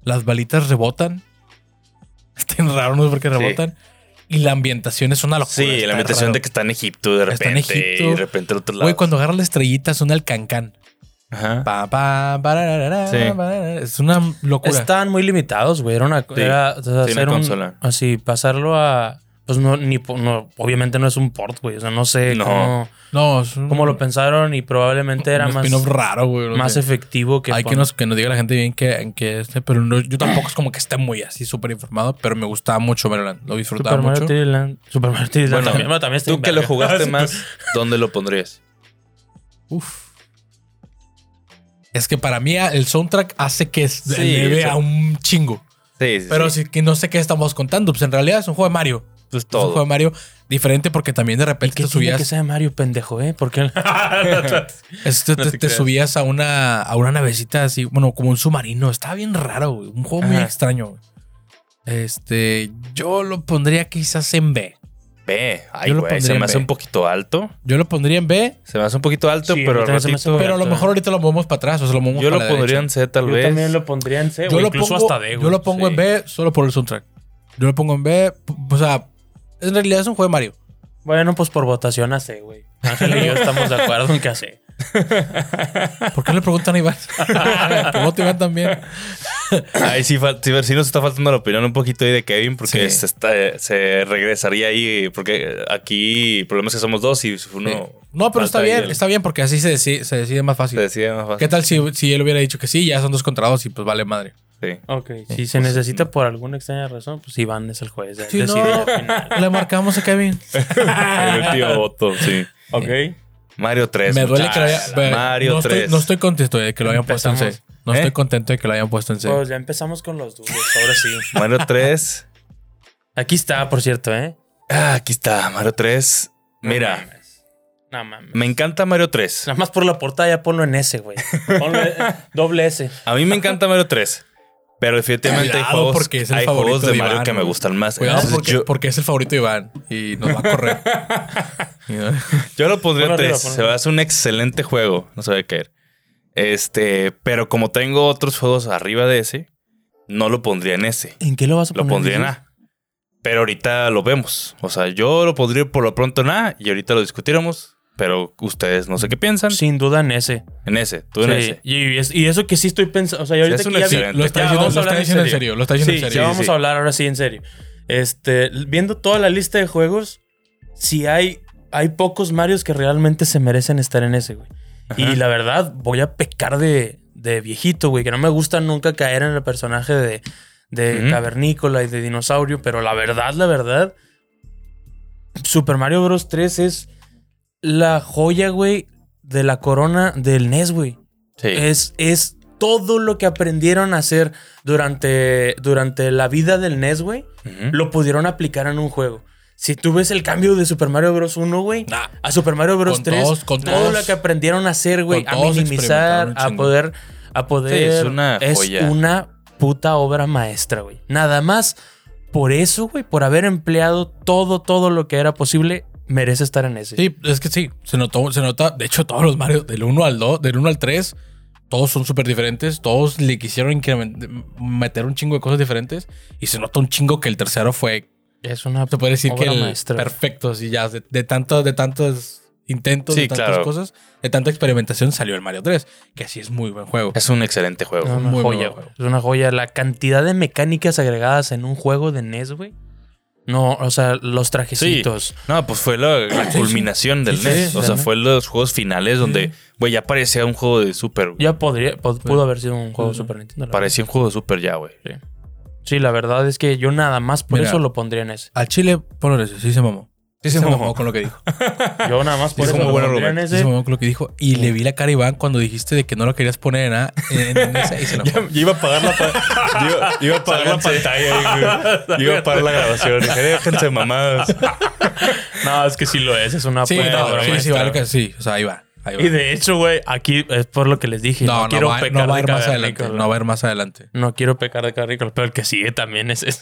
S4: Las balitas rebotan. Está bien raro, no sé por qué rebotan. Y la ambientación es una locura.
S2: Sí, la ambientación de que está en Egipto de
S4: Está en
S2: repente. Y de
S4: Egipto.
S2: repente al otro lado.
S4: Güey, cuando agarra la estrellita suena el cancán.
S2: Ajá.
S4: Pa, pa, pararara,
S2: Sí.
S4: pararara. Es una locura.
S3: Estaban muy limitados, güey. Era una. Era, o sea,
S2: sí, una
S3: hacer un-
S2: consola.
S3: Así, pasarlo a. Pues no, ni, po- no, obviamente no es un port, güey. O sea, no sé
S2: No.
S3: cómo,
S4: No, es un-
S3: cómo lo pensaron y probablemente era
S4: un
S3: más,
S4: spin-off raro, güey. no
S3: más
S4: sé.
S3: efectivo que.
S4: Hay que
S3: pon-
S4: nos, que nos diga la gente bien que, en que este, pero no- yo tampoco es como que esté muy así súper informado, pero me gustaba mucho Maryland. Lo disfrutaba
S3: Super Mario
S4: mucho.
S3: 3D Land. Super Mario 3D Land
S2: Bueno,
S3: también, bueno, también está
S2: Tú
S3: bien
S2: que lo
S3: verga.
S4: Ah,
S2: jugaste más,
S4: pues.
S2: ¿dónde lo pondrías?
S4: Uf. Es que para mí el soundtrack hace que se
S2: Sí,
S4: eleve
S2: sí.
S4: a un chingo.
S2: Sí, sí.
S4: Pero
S2: sí.
S4: sí que no sé qué estamos contando. Pues en realidad es un juego de Mario.
S2: Pues
S4: Es un juego
S2: todo.
S4: de Mario diferente porque también de repente
S3: ¿Qué
S4: te
S3: tiene
S4: subías.
S3: que sea Mario, pendejo, eh? Porque.
S4: Es- te,
S3: No
S4: te-
S3: te
S4: te
S3: creas.
S4: subías a una, a una navecita así, bueno, como un submarino. Estaba bien raro, güey. Un juego muy
S3: Ajá.
S4: extraño. güey. Este, yo lo pondría quizás en B.
S2: Ve, ay,
S4: Yo lo
S2: güey. Se
S4: pondría
S2: me
S4: en
S2: hace
S4: B.
S2: un poquito alto.
S4: Yo lo pondría en B,
S2: Se me hace un poquito alto,
S3: Sí, a
S2: pero
S3: mí
S2: al
S3: también se me hace
S2: ratito-
S3: muy
S4: pero a lo
S3: alto.
S4: mejor ahorita lo movemos para atrás. O sea, lo movemos
S2: Yo lo
S4: para la
S2: pondría en
S4: derecha.
S2: C, tal
S3: Yo
S2: vez.
S3: también lo pondría en C,
S4: Yo
S3: güey.
S4: lo
S3: Eh, Incluso
S4: pongo,
S3: hasta D, güey.
S4: yo lo pongo en
S2: Sí.
S4: B solo por el soundtrack. Yo lo pongo en B, p- o sea, en realidad es un juego de Mario.
S3: Bueno, pues por votación a C, güey. Ángel y yo estamos de acuerdo en que a C.
S4: ¿Por qué le preguntan a Iván? ¿Cómo te Iván también?
S2: Ahí sí, fal- sí, sí nos está faltando la opinión un poquito ahí de Kevin porque
S4: Sí.
S2: se, está- se regresaría ahí porque aquí el problema es que somos dos y uno
S4: Eh, No, pero
S2: falta
S4: está
S2: ahí
S4: bien,
S2: el-
S4: está bien porque así se decide, se decide más
S2: se
S4: fácil.
S2: decide más
S4: ¿Qué
S2: fácil.
S4: tal si, si él hubiera dicho que sí? Ya son dos contra dos y pues vale madre.
S2: Sí. pues,
S3: Ok. Si se necesita por alguna extraña razón, pues Iván es el juez.
S4: Si
S3: decide
S4: no,
S3: al final.
S4: le marcamos a Kevin.
S2: El último voto, sí.
S3: Ok.
S2: Mario 3.
S4: Me duele que lo haya-
S2: muchachos.
S4: pero
S2: Mario
S4: no
S2: 3.
S4: Estoy, no estoy contento de que lo hayan puesto en C.
S3: Empezamos.
S4: No
S2: ¿Eh?
S4: estoy contento de que lo hayan puesto en C.
S3: Pues ya empezamos con los duros, ahora sí.
S2: Mario 3.
S3: Aquí está, por cierto, ¿eh?
S2: Ah, aquí está, Mario 3.
S3: No
S2: Mira,
S3: mames. No mames.
S2: me encanta Mario 3.
S3: Nada más por la portada ya ponlo en S, güey. Ponlo en- doble S.
S2: A mí me encanta Mario 3. Pero definitivamente hay
S4: Cuidado,
S2: juegos,
S4: porque es el
S2: hay
S4: favorito
S2: juegos de
S4: de
S2: Mario
S4: Iván,
S2: que me
S4: güey.
S2: gustan más.
S4: Cuidado
S2: Entonces,
S4: porque,
S2: pues, yo,
S4: porque es el favorito de Iván y nos va a correr. Y no-
S2: yo lo pondría
S3: Ponlo arriba,
S2: 3.
S3: ponlo
S2: Se va a hacer un excelente juego. No se va a caer. Este, pero como tengo otros juegos arriba de ese, no lo pondría en ese.
S3: ¿En qué lo vas a
S2: Lo
S3: poner?
S2: pondría en A. Pero ahorita lo vemos. O sea, yo lo pondría por lo pronto en A y ahorita lo discutiéramos. Pero ustedes no sé qué piensan.
S3: Sin duda en S.
S2: En ese, tú en
S3: Sí,
S2: ese.
S3: Y, y es- y eso que sí estoy pensando. O sea, y ahorita
S2: Es un
S3: que ya vi-
S2: excelente.
S4: lo está
S3: Ya, vamos
S4: diciendo,
S3: a
S4: lo está
S3: hablar en
S4: diciendo en
S3: serio.
S4: serio. Lo está
S3: Sí,
S4: diciendo en
S3: ya
S4: serio.
S3: vamos
S2: sí.
S3: a hablar ahora sí en serio. Este, viendo toda la lista de juegos, si hay, hay pocos Marios que realmente se merecen estar en ese, güey. Y la verdad, voy a pecar de, de viejito, güey, que no me gusta nunca caer en el personaje de, de
S2: Ujú.
S3: cavernícola y de dinosaurio, pero la verdad, la verdad, Super Mario Bros. 3 es la joya, güey, de la corona del NES, güey.
S2: Sí.
S3: Es, es todo lo que aprendieron a hacer durante, durante la vida del NES, güey,
S2: Ujú.
S3: lo pudieron aplicar en un juego. Si tú ves el cambio de Super Mario Bros. 1, güey,
S4: Nah.
S3: a Super Mario Bros.
S4: Ah. Con
S3: 3,
S4: todos- con
S3: todo
S4: todos-
S3: lo que aprendieron a hacer, güey,
S4: con
S3: a
S4: todos
S3: minimizar,
S4: experimentaron un
S3: a
S4: chingo.
S3: poder, a poder,
S2: Sí, es una joya.
S3: una puta obra maestra, güey. Nada más por eso, güey, por haber empleado todo, todo lo que era posible, merece estar en ese.
S4: Sí, es que sí, se notó, se nota, de hecho todos los Mario del 1 al 2, del 1 al 3, todos son súper diferentes, todos le quisieron incremen- meter un chingo de cosas diferentes y se nota un chingo que el tercero fue,
S3: Es una
S4: se puede decir que
S3: obra
S4: el
S3: maestra.
S4: perfecto, así ya, de, de tanto- de tantos intentos,
S2: Sí,
S4: de tantas
S2: claro.
S4: cosas, de tanta experimentación salió el Mario 3, que así es muy buen juego.
S2: Es un excelente juego.
S3: No, una
S4: Muy, muy
S3: joya,
S4: buen
S3: güey.
S4: juego.
S3: Es una joya. La cantidad de mecánicas agregadas en un juego de NES, güey. No, o sea, los trajecitos.
S2: No, pues fue la, la culminación del
S3: Ah, Sí, sí,
S2: NES.
S3: sí,
S2: o sea,
S3: del
S2: fue los juegos finales donde, güey, ya parecía un juego de Super. güey.
S3: Ya podría,
S4: Pues,
S3: pod- pudo haber sido un juego
S4: Ujú.
S3: Super Nintendo. la
S2: Parecía un juego de Super ya, güey.
S3: verdad. Sí. Sí, la verdad es que yo nada más por
S4: Mira.
S3: eso lo pondría en ese.
S4: Al Chile, ponlo eso, sí se mamó. Sí se,
S2: mamó.
S4: mamó con lo que dijo.
S3: Yo nada más por
S2: es
S3: eso
S2: un
S3: lo
S2: buen
S3: pondría en
S2: argumento.
S4: Sí
S3: ese.
S4: se mamó con lo que dijo. Y le vi la cara a Iván cuando dijiste de que no lo querías poner en nada. En, en esa, y se enojó.
S2: iba a pagar la, iba, a pagar la pantalla, Iba a pagar la grabación. Dije, déjense mamadas.
S3: No, es que sí lo es. Es una
S4: Sí,
S3: puta
S4: no,
S3: obra
S4: sí, sí,
S3: maestra,
S4: vale
S3: güey.
S4: que sí. O sea, ahí va. Ahí va.
S3: Y de hecho, güey, aquí es por lo que les dije. No,
S4: no, no,
S3: quiero
S4: va,
S3: pecar
S4: no va a
S3: de
S4: ir más adelante.
S3: cavernícola.
S4: No va a ir más adelante.
S3: No quiero pecar de carrícola, pero el que sigue también es ese.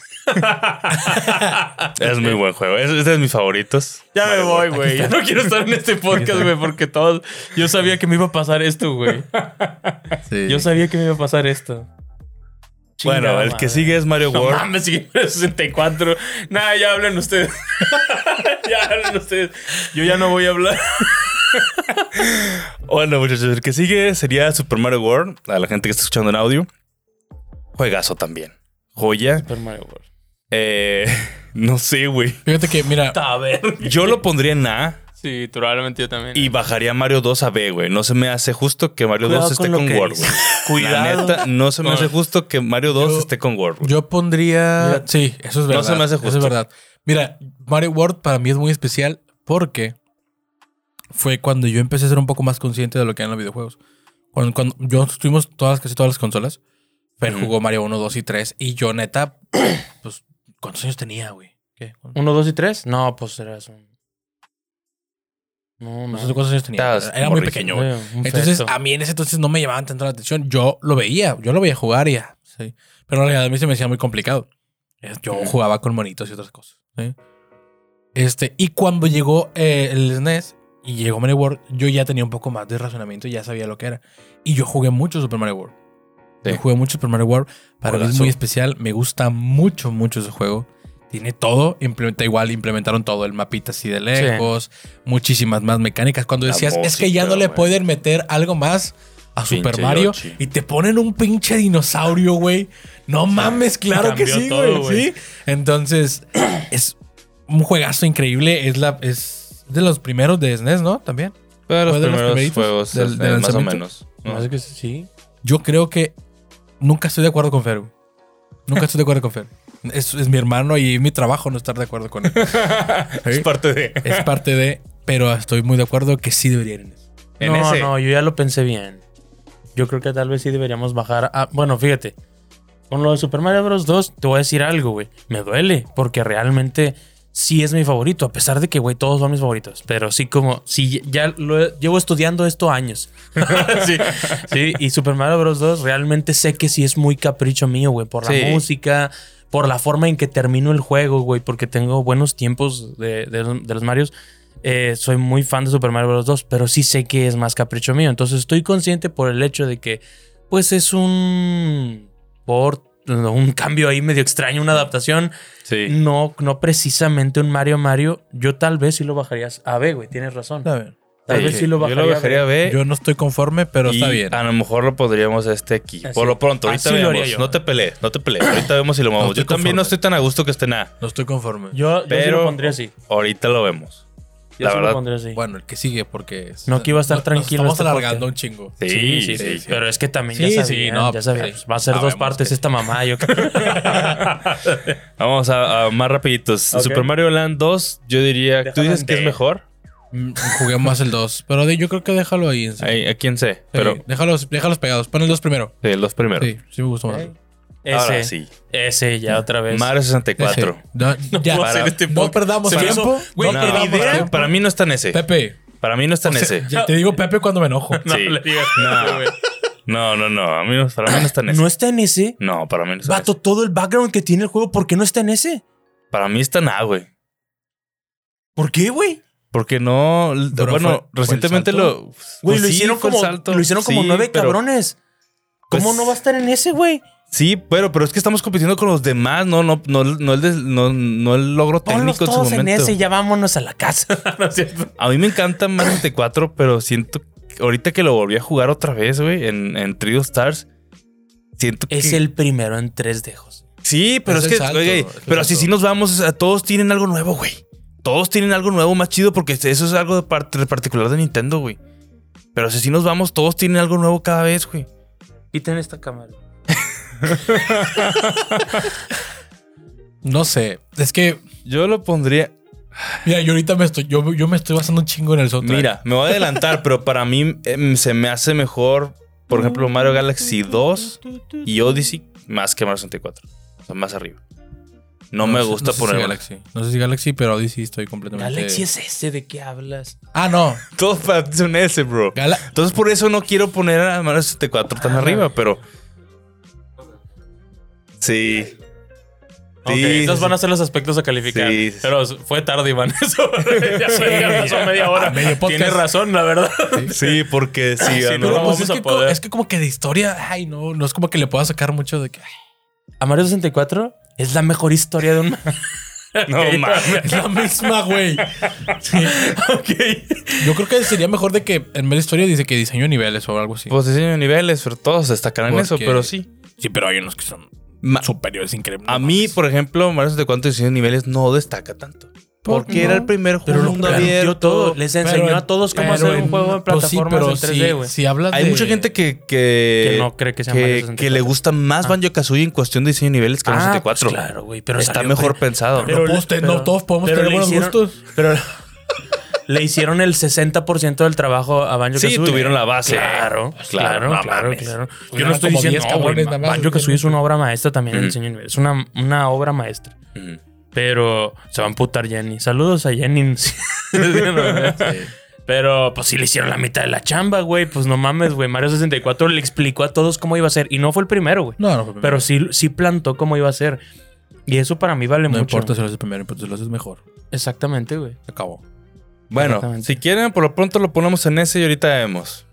S2: Es muy buen juego. Es, es de mis favoritos.
S3: Ya me
S2: Mario
S3: voy,
S2: Bros.
S3: güey. Ya no quiero estar en este podcast, güey, porque todos. Yo sabía que me iba a pasar esto, güey.
S4: Sí.
S3: Yo sabía que me iba a pasar esto.
S2: Bueno,
S3: Chingada
S2: el que
S3: madre.
S2: sigue es Mario
S3: No
S2: World.
S3: mames, sigue en el 64. Nada, ya hablan ustedes. ya hablan ustedes. Yo ya no voy a hablar.
S2: Bueno, muchachos, el que sigue sería Super Mario World. A la gente que está escuchando en audio. Juegazo también. Joya.
S3: Super Mario World.
S2: Eh, no sé, güey.
S4: Fíjate que, mira,
S3: A ver.
S2: Yo lo pondría en A
S1: Sí, probablemente yo también.
S2: y bajaría Mario 2 a B, güey. No se me hace justo que Mario
S3: Cuidado
S2: 2 esté
S3: con lo
S2: con,
S3: que
S2: World,
S3: dices.
S2: güey. La neta, no se me hace justo que Mario 2
S4: Yo-
S2: esté con World, güey.
S4: yo pondría.
S3: Mira,
S4: sí, eso es
S2: no
S4: verdad.
S2: se me hace
S4: Eso
S2: justo.
S4: es verdad. Mira, Mario World para mí es muy especial porque fue cuando yo empecé a ser un poco más consciente de lo que eran los videojuegos. Cuando, cuando yo estuvimos todas, casi todas las consolas. Fer
S2: Ujú.
S4: jugó Mario 1, 2 y 3. Y yo, neta, pues, ¿cuántos años tenía, güey? ¿Qué?
S3: ¿Uno, dos y tres? No, pues era un. No,
S4: No
S3: no.
S4: sé cuántos años tenía.
S2: Estabas
S4: Era, muy
S2: morrillo.
S4: pequeño, Ah. güey.
S3: Un
S4: Entonces,
S3: feto.
S4: a mí en ese entonces no me llamaban tanto la atención. Yo lo veía, yo lo veía jugar y ya. ¿sí? Pero en realidad a mí se me hacía muy complicado. Eh, Yo jugaba con monitos y otras cosas. ¿sí? Este, y cuando llegó eh, el SNES y llegó Mario World, yo ya tenía un poco más de razonamiento, ya sabía lo que era. Y yo jugué mucho Super Mario World.
S2: Sí.
S4: Yo jugué mucho Super Mario World. Para mí es
S2: Juegazo.
S4: muy especial. Me gusta mucho, mucho ese juego. Tiene todo, implementa igual, implementaron todo, el mapita así de lejos, muchísimas más mecánicas. Cuando
S2: La
S4: decías, es que ya
S2: música,
S4: no le
S2: güey.
S4: pueden meter algo más a Super
S2: Pinche
S4: Mario
S2: Yoshi.
S4: y te ponen un pinche dinosaurio, güey. No mames, claro que
S3: cambió
S4: sí,
S3: todo,
S4: güey. ¿sí? Entonces, es un juegazo increíble. Es la es de los primeros de SNES, ¿no? También.
S2: Fue de los
S4: fue de los
S2: primeros
S4: primeritos
S2: juegos,
S4: del-
S2: eh,
S4: del
S2: más o
S4: lanzamiento.
S2: menos.
S3: No sé que sí.
S4: Yo creo que nunca estoy de acuerdo con Fer. güey. Nunca estoy de acuerdo con Fer. Es, es mi hermano y mi trabajo no estar de acuerdo con él.
S2: Es parte de...
S4: Es parte de. pero estoy muy de acuerdo que sí deberían ir en eso.
S2: En
S3: no,
S2: ese.
S3: no, yo ya lo pensé bien. Yo creo que tal vez sí deberíamos bajar a... Bueno, fíjate. Con lo de Super Mario Bros. 2, te voy a decir algo, güey. Me duele, porque realmente sí es mi favorito. A pesar de que, güey, todos son mis favoritos. Pero sí como... Sí, ya lo he- llevo estudiando esto años.
S2: Ah,
S3: sí, sí, y Super Mario Bros. 2 realmente sé que sí es muy capricho mío, güey. Por
S2: Sí.
S3: la música, por la forma en que termino el juego, güey. Porque tengo buenos tiempos de, de los- de los Marios. Eh, soy muy fan de Super Mario Bros. 2, pero sí sé que es más capricho mío. Entonces estoy consciente por el hecho de que, pues es un port, un cambio ahí medio extraño, una adaptación.
S2: Sí.
S3: No, no precisamente un Mario Mario. Yo tal vez sí lo bajarías a B, güey. Tienes razón.
S4: Está bien.
S3: Tal
S2: Sí,
S3: vez sí lo
S2: Yo
S3: bajaría.
S2: lo bajaría a B.
S4: Yo no estoy conforme, pero
S2: y
S4: está bien.
S2: A lo mejor lo podríamos este aquí.
S3: Así.
S2: Por lo pronto, ahorita
S3: Así lo haría
S2: vemos.
S3: yo.
S2: No te pelees, no te pelees. Ahorita vemos si lo movemos.
S4: estoy
S2: yo también
S4: conforme.
S2: no estoy tan a gusto que esté nada.
S4: No estoy conforme.
S3: Yo, yo sí
S2: Pero-
S3: lo pondría así.
S2: Ahorita lo vemos.
S3: Yo
S2: La
S3: sí
S2: verdad-
S3: lo pondría así.
S4: Bueno, el que sigue, porque.
S3: No, que iba a estar
S4: nos-
S3: tranquilo
S4: Nos
S3: este
S4: estamos alargando un chingo.
S2: Sí,
S3: Sí,
S2: sí,
S3: sí, sí, pues,
S2: sí.
S3: Pero es que también
S4: Sí,
S3: ya
S4: sí,
S3: sabían,
S4: no,
S3: ya sabían.
S4: sí.
S3: Va a ser dos
S4: Sabemos
S3: partes
S4: que-
S3: esta mamá, yo creo.
S2: Vamos a, a más rapiditos.
S3: Ok.
S2: Super Mario Land 2, yo diría... ¿Tú
S3: Déjalo
S2: dices
S3: en
S2: que es
S3: D.
S2: mejor?
S4: Mm, Jugué más el 2. Pero de- yo creo que déjalo ahí. En sí.
S2: Ahí, aquí en C,
S4: Sí,
S2: pero...
S4: déjalos, déjalos pegados. Pon el 2 primero.
S2: Sí, los primeros.
S4: Sí, sí me gustó más.
S2: Ahora sí.
S3: Ese, ese ya otra vez.
S2: Mario 64.
S4: Ese. No, ya.
S3: puedo
S4: Para-
S3: hacer este
S4: no
S3: podcast.
S4: perdamos
S3: Se me hizo-
S4: tiempo.
S3: Güey,
S4: no
S2: No,
S4: perdamos
S3: idea-
S4: tiempo.
S2: para mí no está en ese.
S4: Pepe.
S2: Para mí no está en ese.
S4: Ya te digo Pepe cuando me enojo.
S3: No
S2: Sí.
S3: le digas.
S2: No. No, no, no. A mí no- para mí no está en ese.
S3: ¿No está en ese?
S2: No, para mí no está en
S3: Vato, todo el background que tiene el juego, ¿por qué no está en ese?
S2: ese. Para mí está en A, güey.
S3: ¿Por qué, güey?
S2: Porque no. l-
S4: Pero
S2: bueno,
S4: fue- fue el
S2: recientemente
S4: salto.
S2: lo.
S3: Güey,
S2: pues
S3: lo,
S2: sí,
S3: hicieron
S2: fue el
S3: como,
S2: salto.
S3: lo hicieron como
S2: Sí,
S3: nueve
S2: pero-
S3: cabrones. ¿Cómo
S2: pues-
S3: no va a estar en ese, güey?
S2: Sí, pero, pero es que estamos compitiendo con los demás. No, no, no, no, el, des- no, no el logro
S3: Ponlos
S2: técnico en su
S3: todos
S2: momento.
S3: en ese y ya vámonos a la casa. ¿No es cierto?
S2: A mí me encanta Mario 64, pero siento. que Ahorita que lo volví a jugar otra vez, güey, en, en Trio Stars. Siento que.
S3: Es el primero en tres dejos.
S2: Sí, pero
S4: Es
S2: es,
S4: el
S2: que,
S4: salto,
S2: oye,
S4: es el
S2: pero si
S4: salto.
S2: sí nos vamos, o sea, todos tienen algo nuevo, güey. Todos tienen algo nuevo más chido porque eso es algo de parte, particular de Nintendo, güey. Pero si sí nos vamos, todos tienen algo nuevo cada vez, güey.
S3: Quiten esta cámara.
S4: No sé. Es que,
S2: Yo lo pondría.
S4: mira, yo ahorita me estoy, yo, yo me estoy basando un chingo en el soundtrack.
S2: Mira, me voy a adelantar, pero para mí eh, se me hace mejor, por ejemplo, Mario Galaxy 2 y Odyssey más que Mario 64. O sea, más arriba. No, me
S4: sé-
S2: gusta
S4: sé si
S2: poner.
S4: Galaxy. No sé si Galaxy, pero Odyssey estoy completamente.
S3: Galaxy es ese, ¿de qué hablas?
S4: Ah, no.
S2: Todos para un S, bro.
S4: Gala-
S2: Entonces por eso no quiero poner a Mario 64 tan arriba, pero. Sí. Sí,
S3: Ok,
S2: sí,
S3: esos
S2: sí.
S3: van a ser los aspectos a calificar.
S2: Sí, sí, sí.
S3: Pero fue tarde, Iván. Eso ya se razón media hora.
S4: A Ah, medio podcast.
S3: Tienes razón, la verdad.
S2: Sí, porque sí,
S3: Sí,
S2: ah, no.
S3: pero-
S4: Pero
S3: vamos
S4: pues es,
S3: a
S4: que co-
S3: poder.
S4: es que como que de historia, ay, no, no es como que le pueda sacar mucho de que. ay,
S3: A Mario 64 es la mejor historia de un.
S2: No mames.
S4: es la misma, güey. Sí.
S3: ok.
S4: Yo creo que sería mejor de que en vez de historia dice que diseño de niveles o algo así.
S2: Pues diseño de niveles, pero todos destacarán en eso,
S4: Porque-
S2: pero sí.
S4: sí, pero hay unos que son
S2: Ma-
S4: superiores increíbles.
S2: a mí, por ejemplo, Mario 64 diseño de niveles no destaca tanto.
S4: ¿Por
S2: Porque
S4: qué
S2: era
S4: no?
S2: el primer juego
S4: Pero lo
S2: mundo
S4: permitió
S2: abierto.
S3: todo. Les enseñó a todos cómo hacer un juego en
S4: pues
S3: plataformas en 3D, güey.
S4: Si hablas
S2: Hay
S4: de-
S2: mucha gente que, que,
S3: Que no cree que sea
S2: que,
S3: Mario 64.
S2: que le gusta más
S3: Ah.
S2: Banjo Kazooie en cuestión de diseño de niveles
S4: Ah,
S2: que Mario 64.
S3: pues claro, güey. Pero
S2: Está
S3: salió
S2: mejor
S3: pe-
S2: pensado.
S4: No, todos te- no
S3: pero-
S4: todos podemos
S3: pero
S4: tener
S3: le
S4: buenos
S3: hicieron-
S4: gustos.
S3: Pero le hicieron el 60% del trabajo a Banjo
S2: Sí, tuvieron la base.
S3: Claro,
S2: Pues claro,
S3: claro,
S2: no
S3: claro,
S2: mames.
S3: claro, Yo
S4: Eran
S3: no estoy
S4: como
S3: diciendo,
S4: 10
S3: no, güey, Mm.
S4: cabrones nada más,
S3: Banjo Kazooie es una obra maestra también en diseño de niveles. Es una, una obra maestra.
S2: Ujú.
S3: Pero se va a amputar Jenny. Saludos a Jenny. Sí, no, Pero pues sí le hicieron la mitad de la chamba, güey. Pues no mames, güey. Mario 64 le explicó a todos cómo iba a ser. Y no fue el primero, güey.
S4: No, no,
S3: Pero sí, sí plantó cómo iba a ser. Y eso para mí vale
S4: no
S3: mucho.
S4: importa si lo haces primero, importa si lo haces mejor.
S3: Exactamente, güey.
S4: Se acabó.
S2: Bueno,
S3: Exactamente.
S2: si quieren, por lo pronto lo ponemos en ese y ahorita vemos.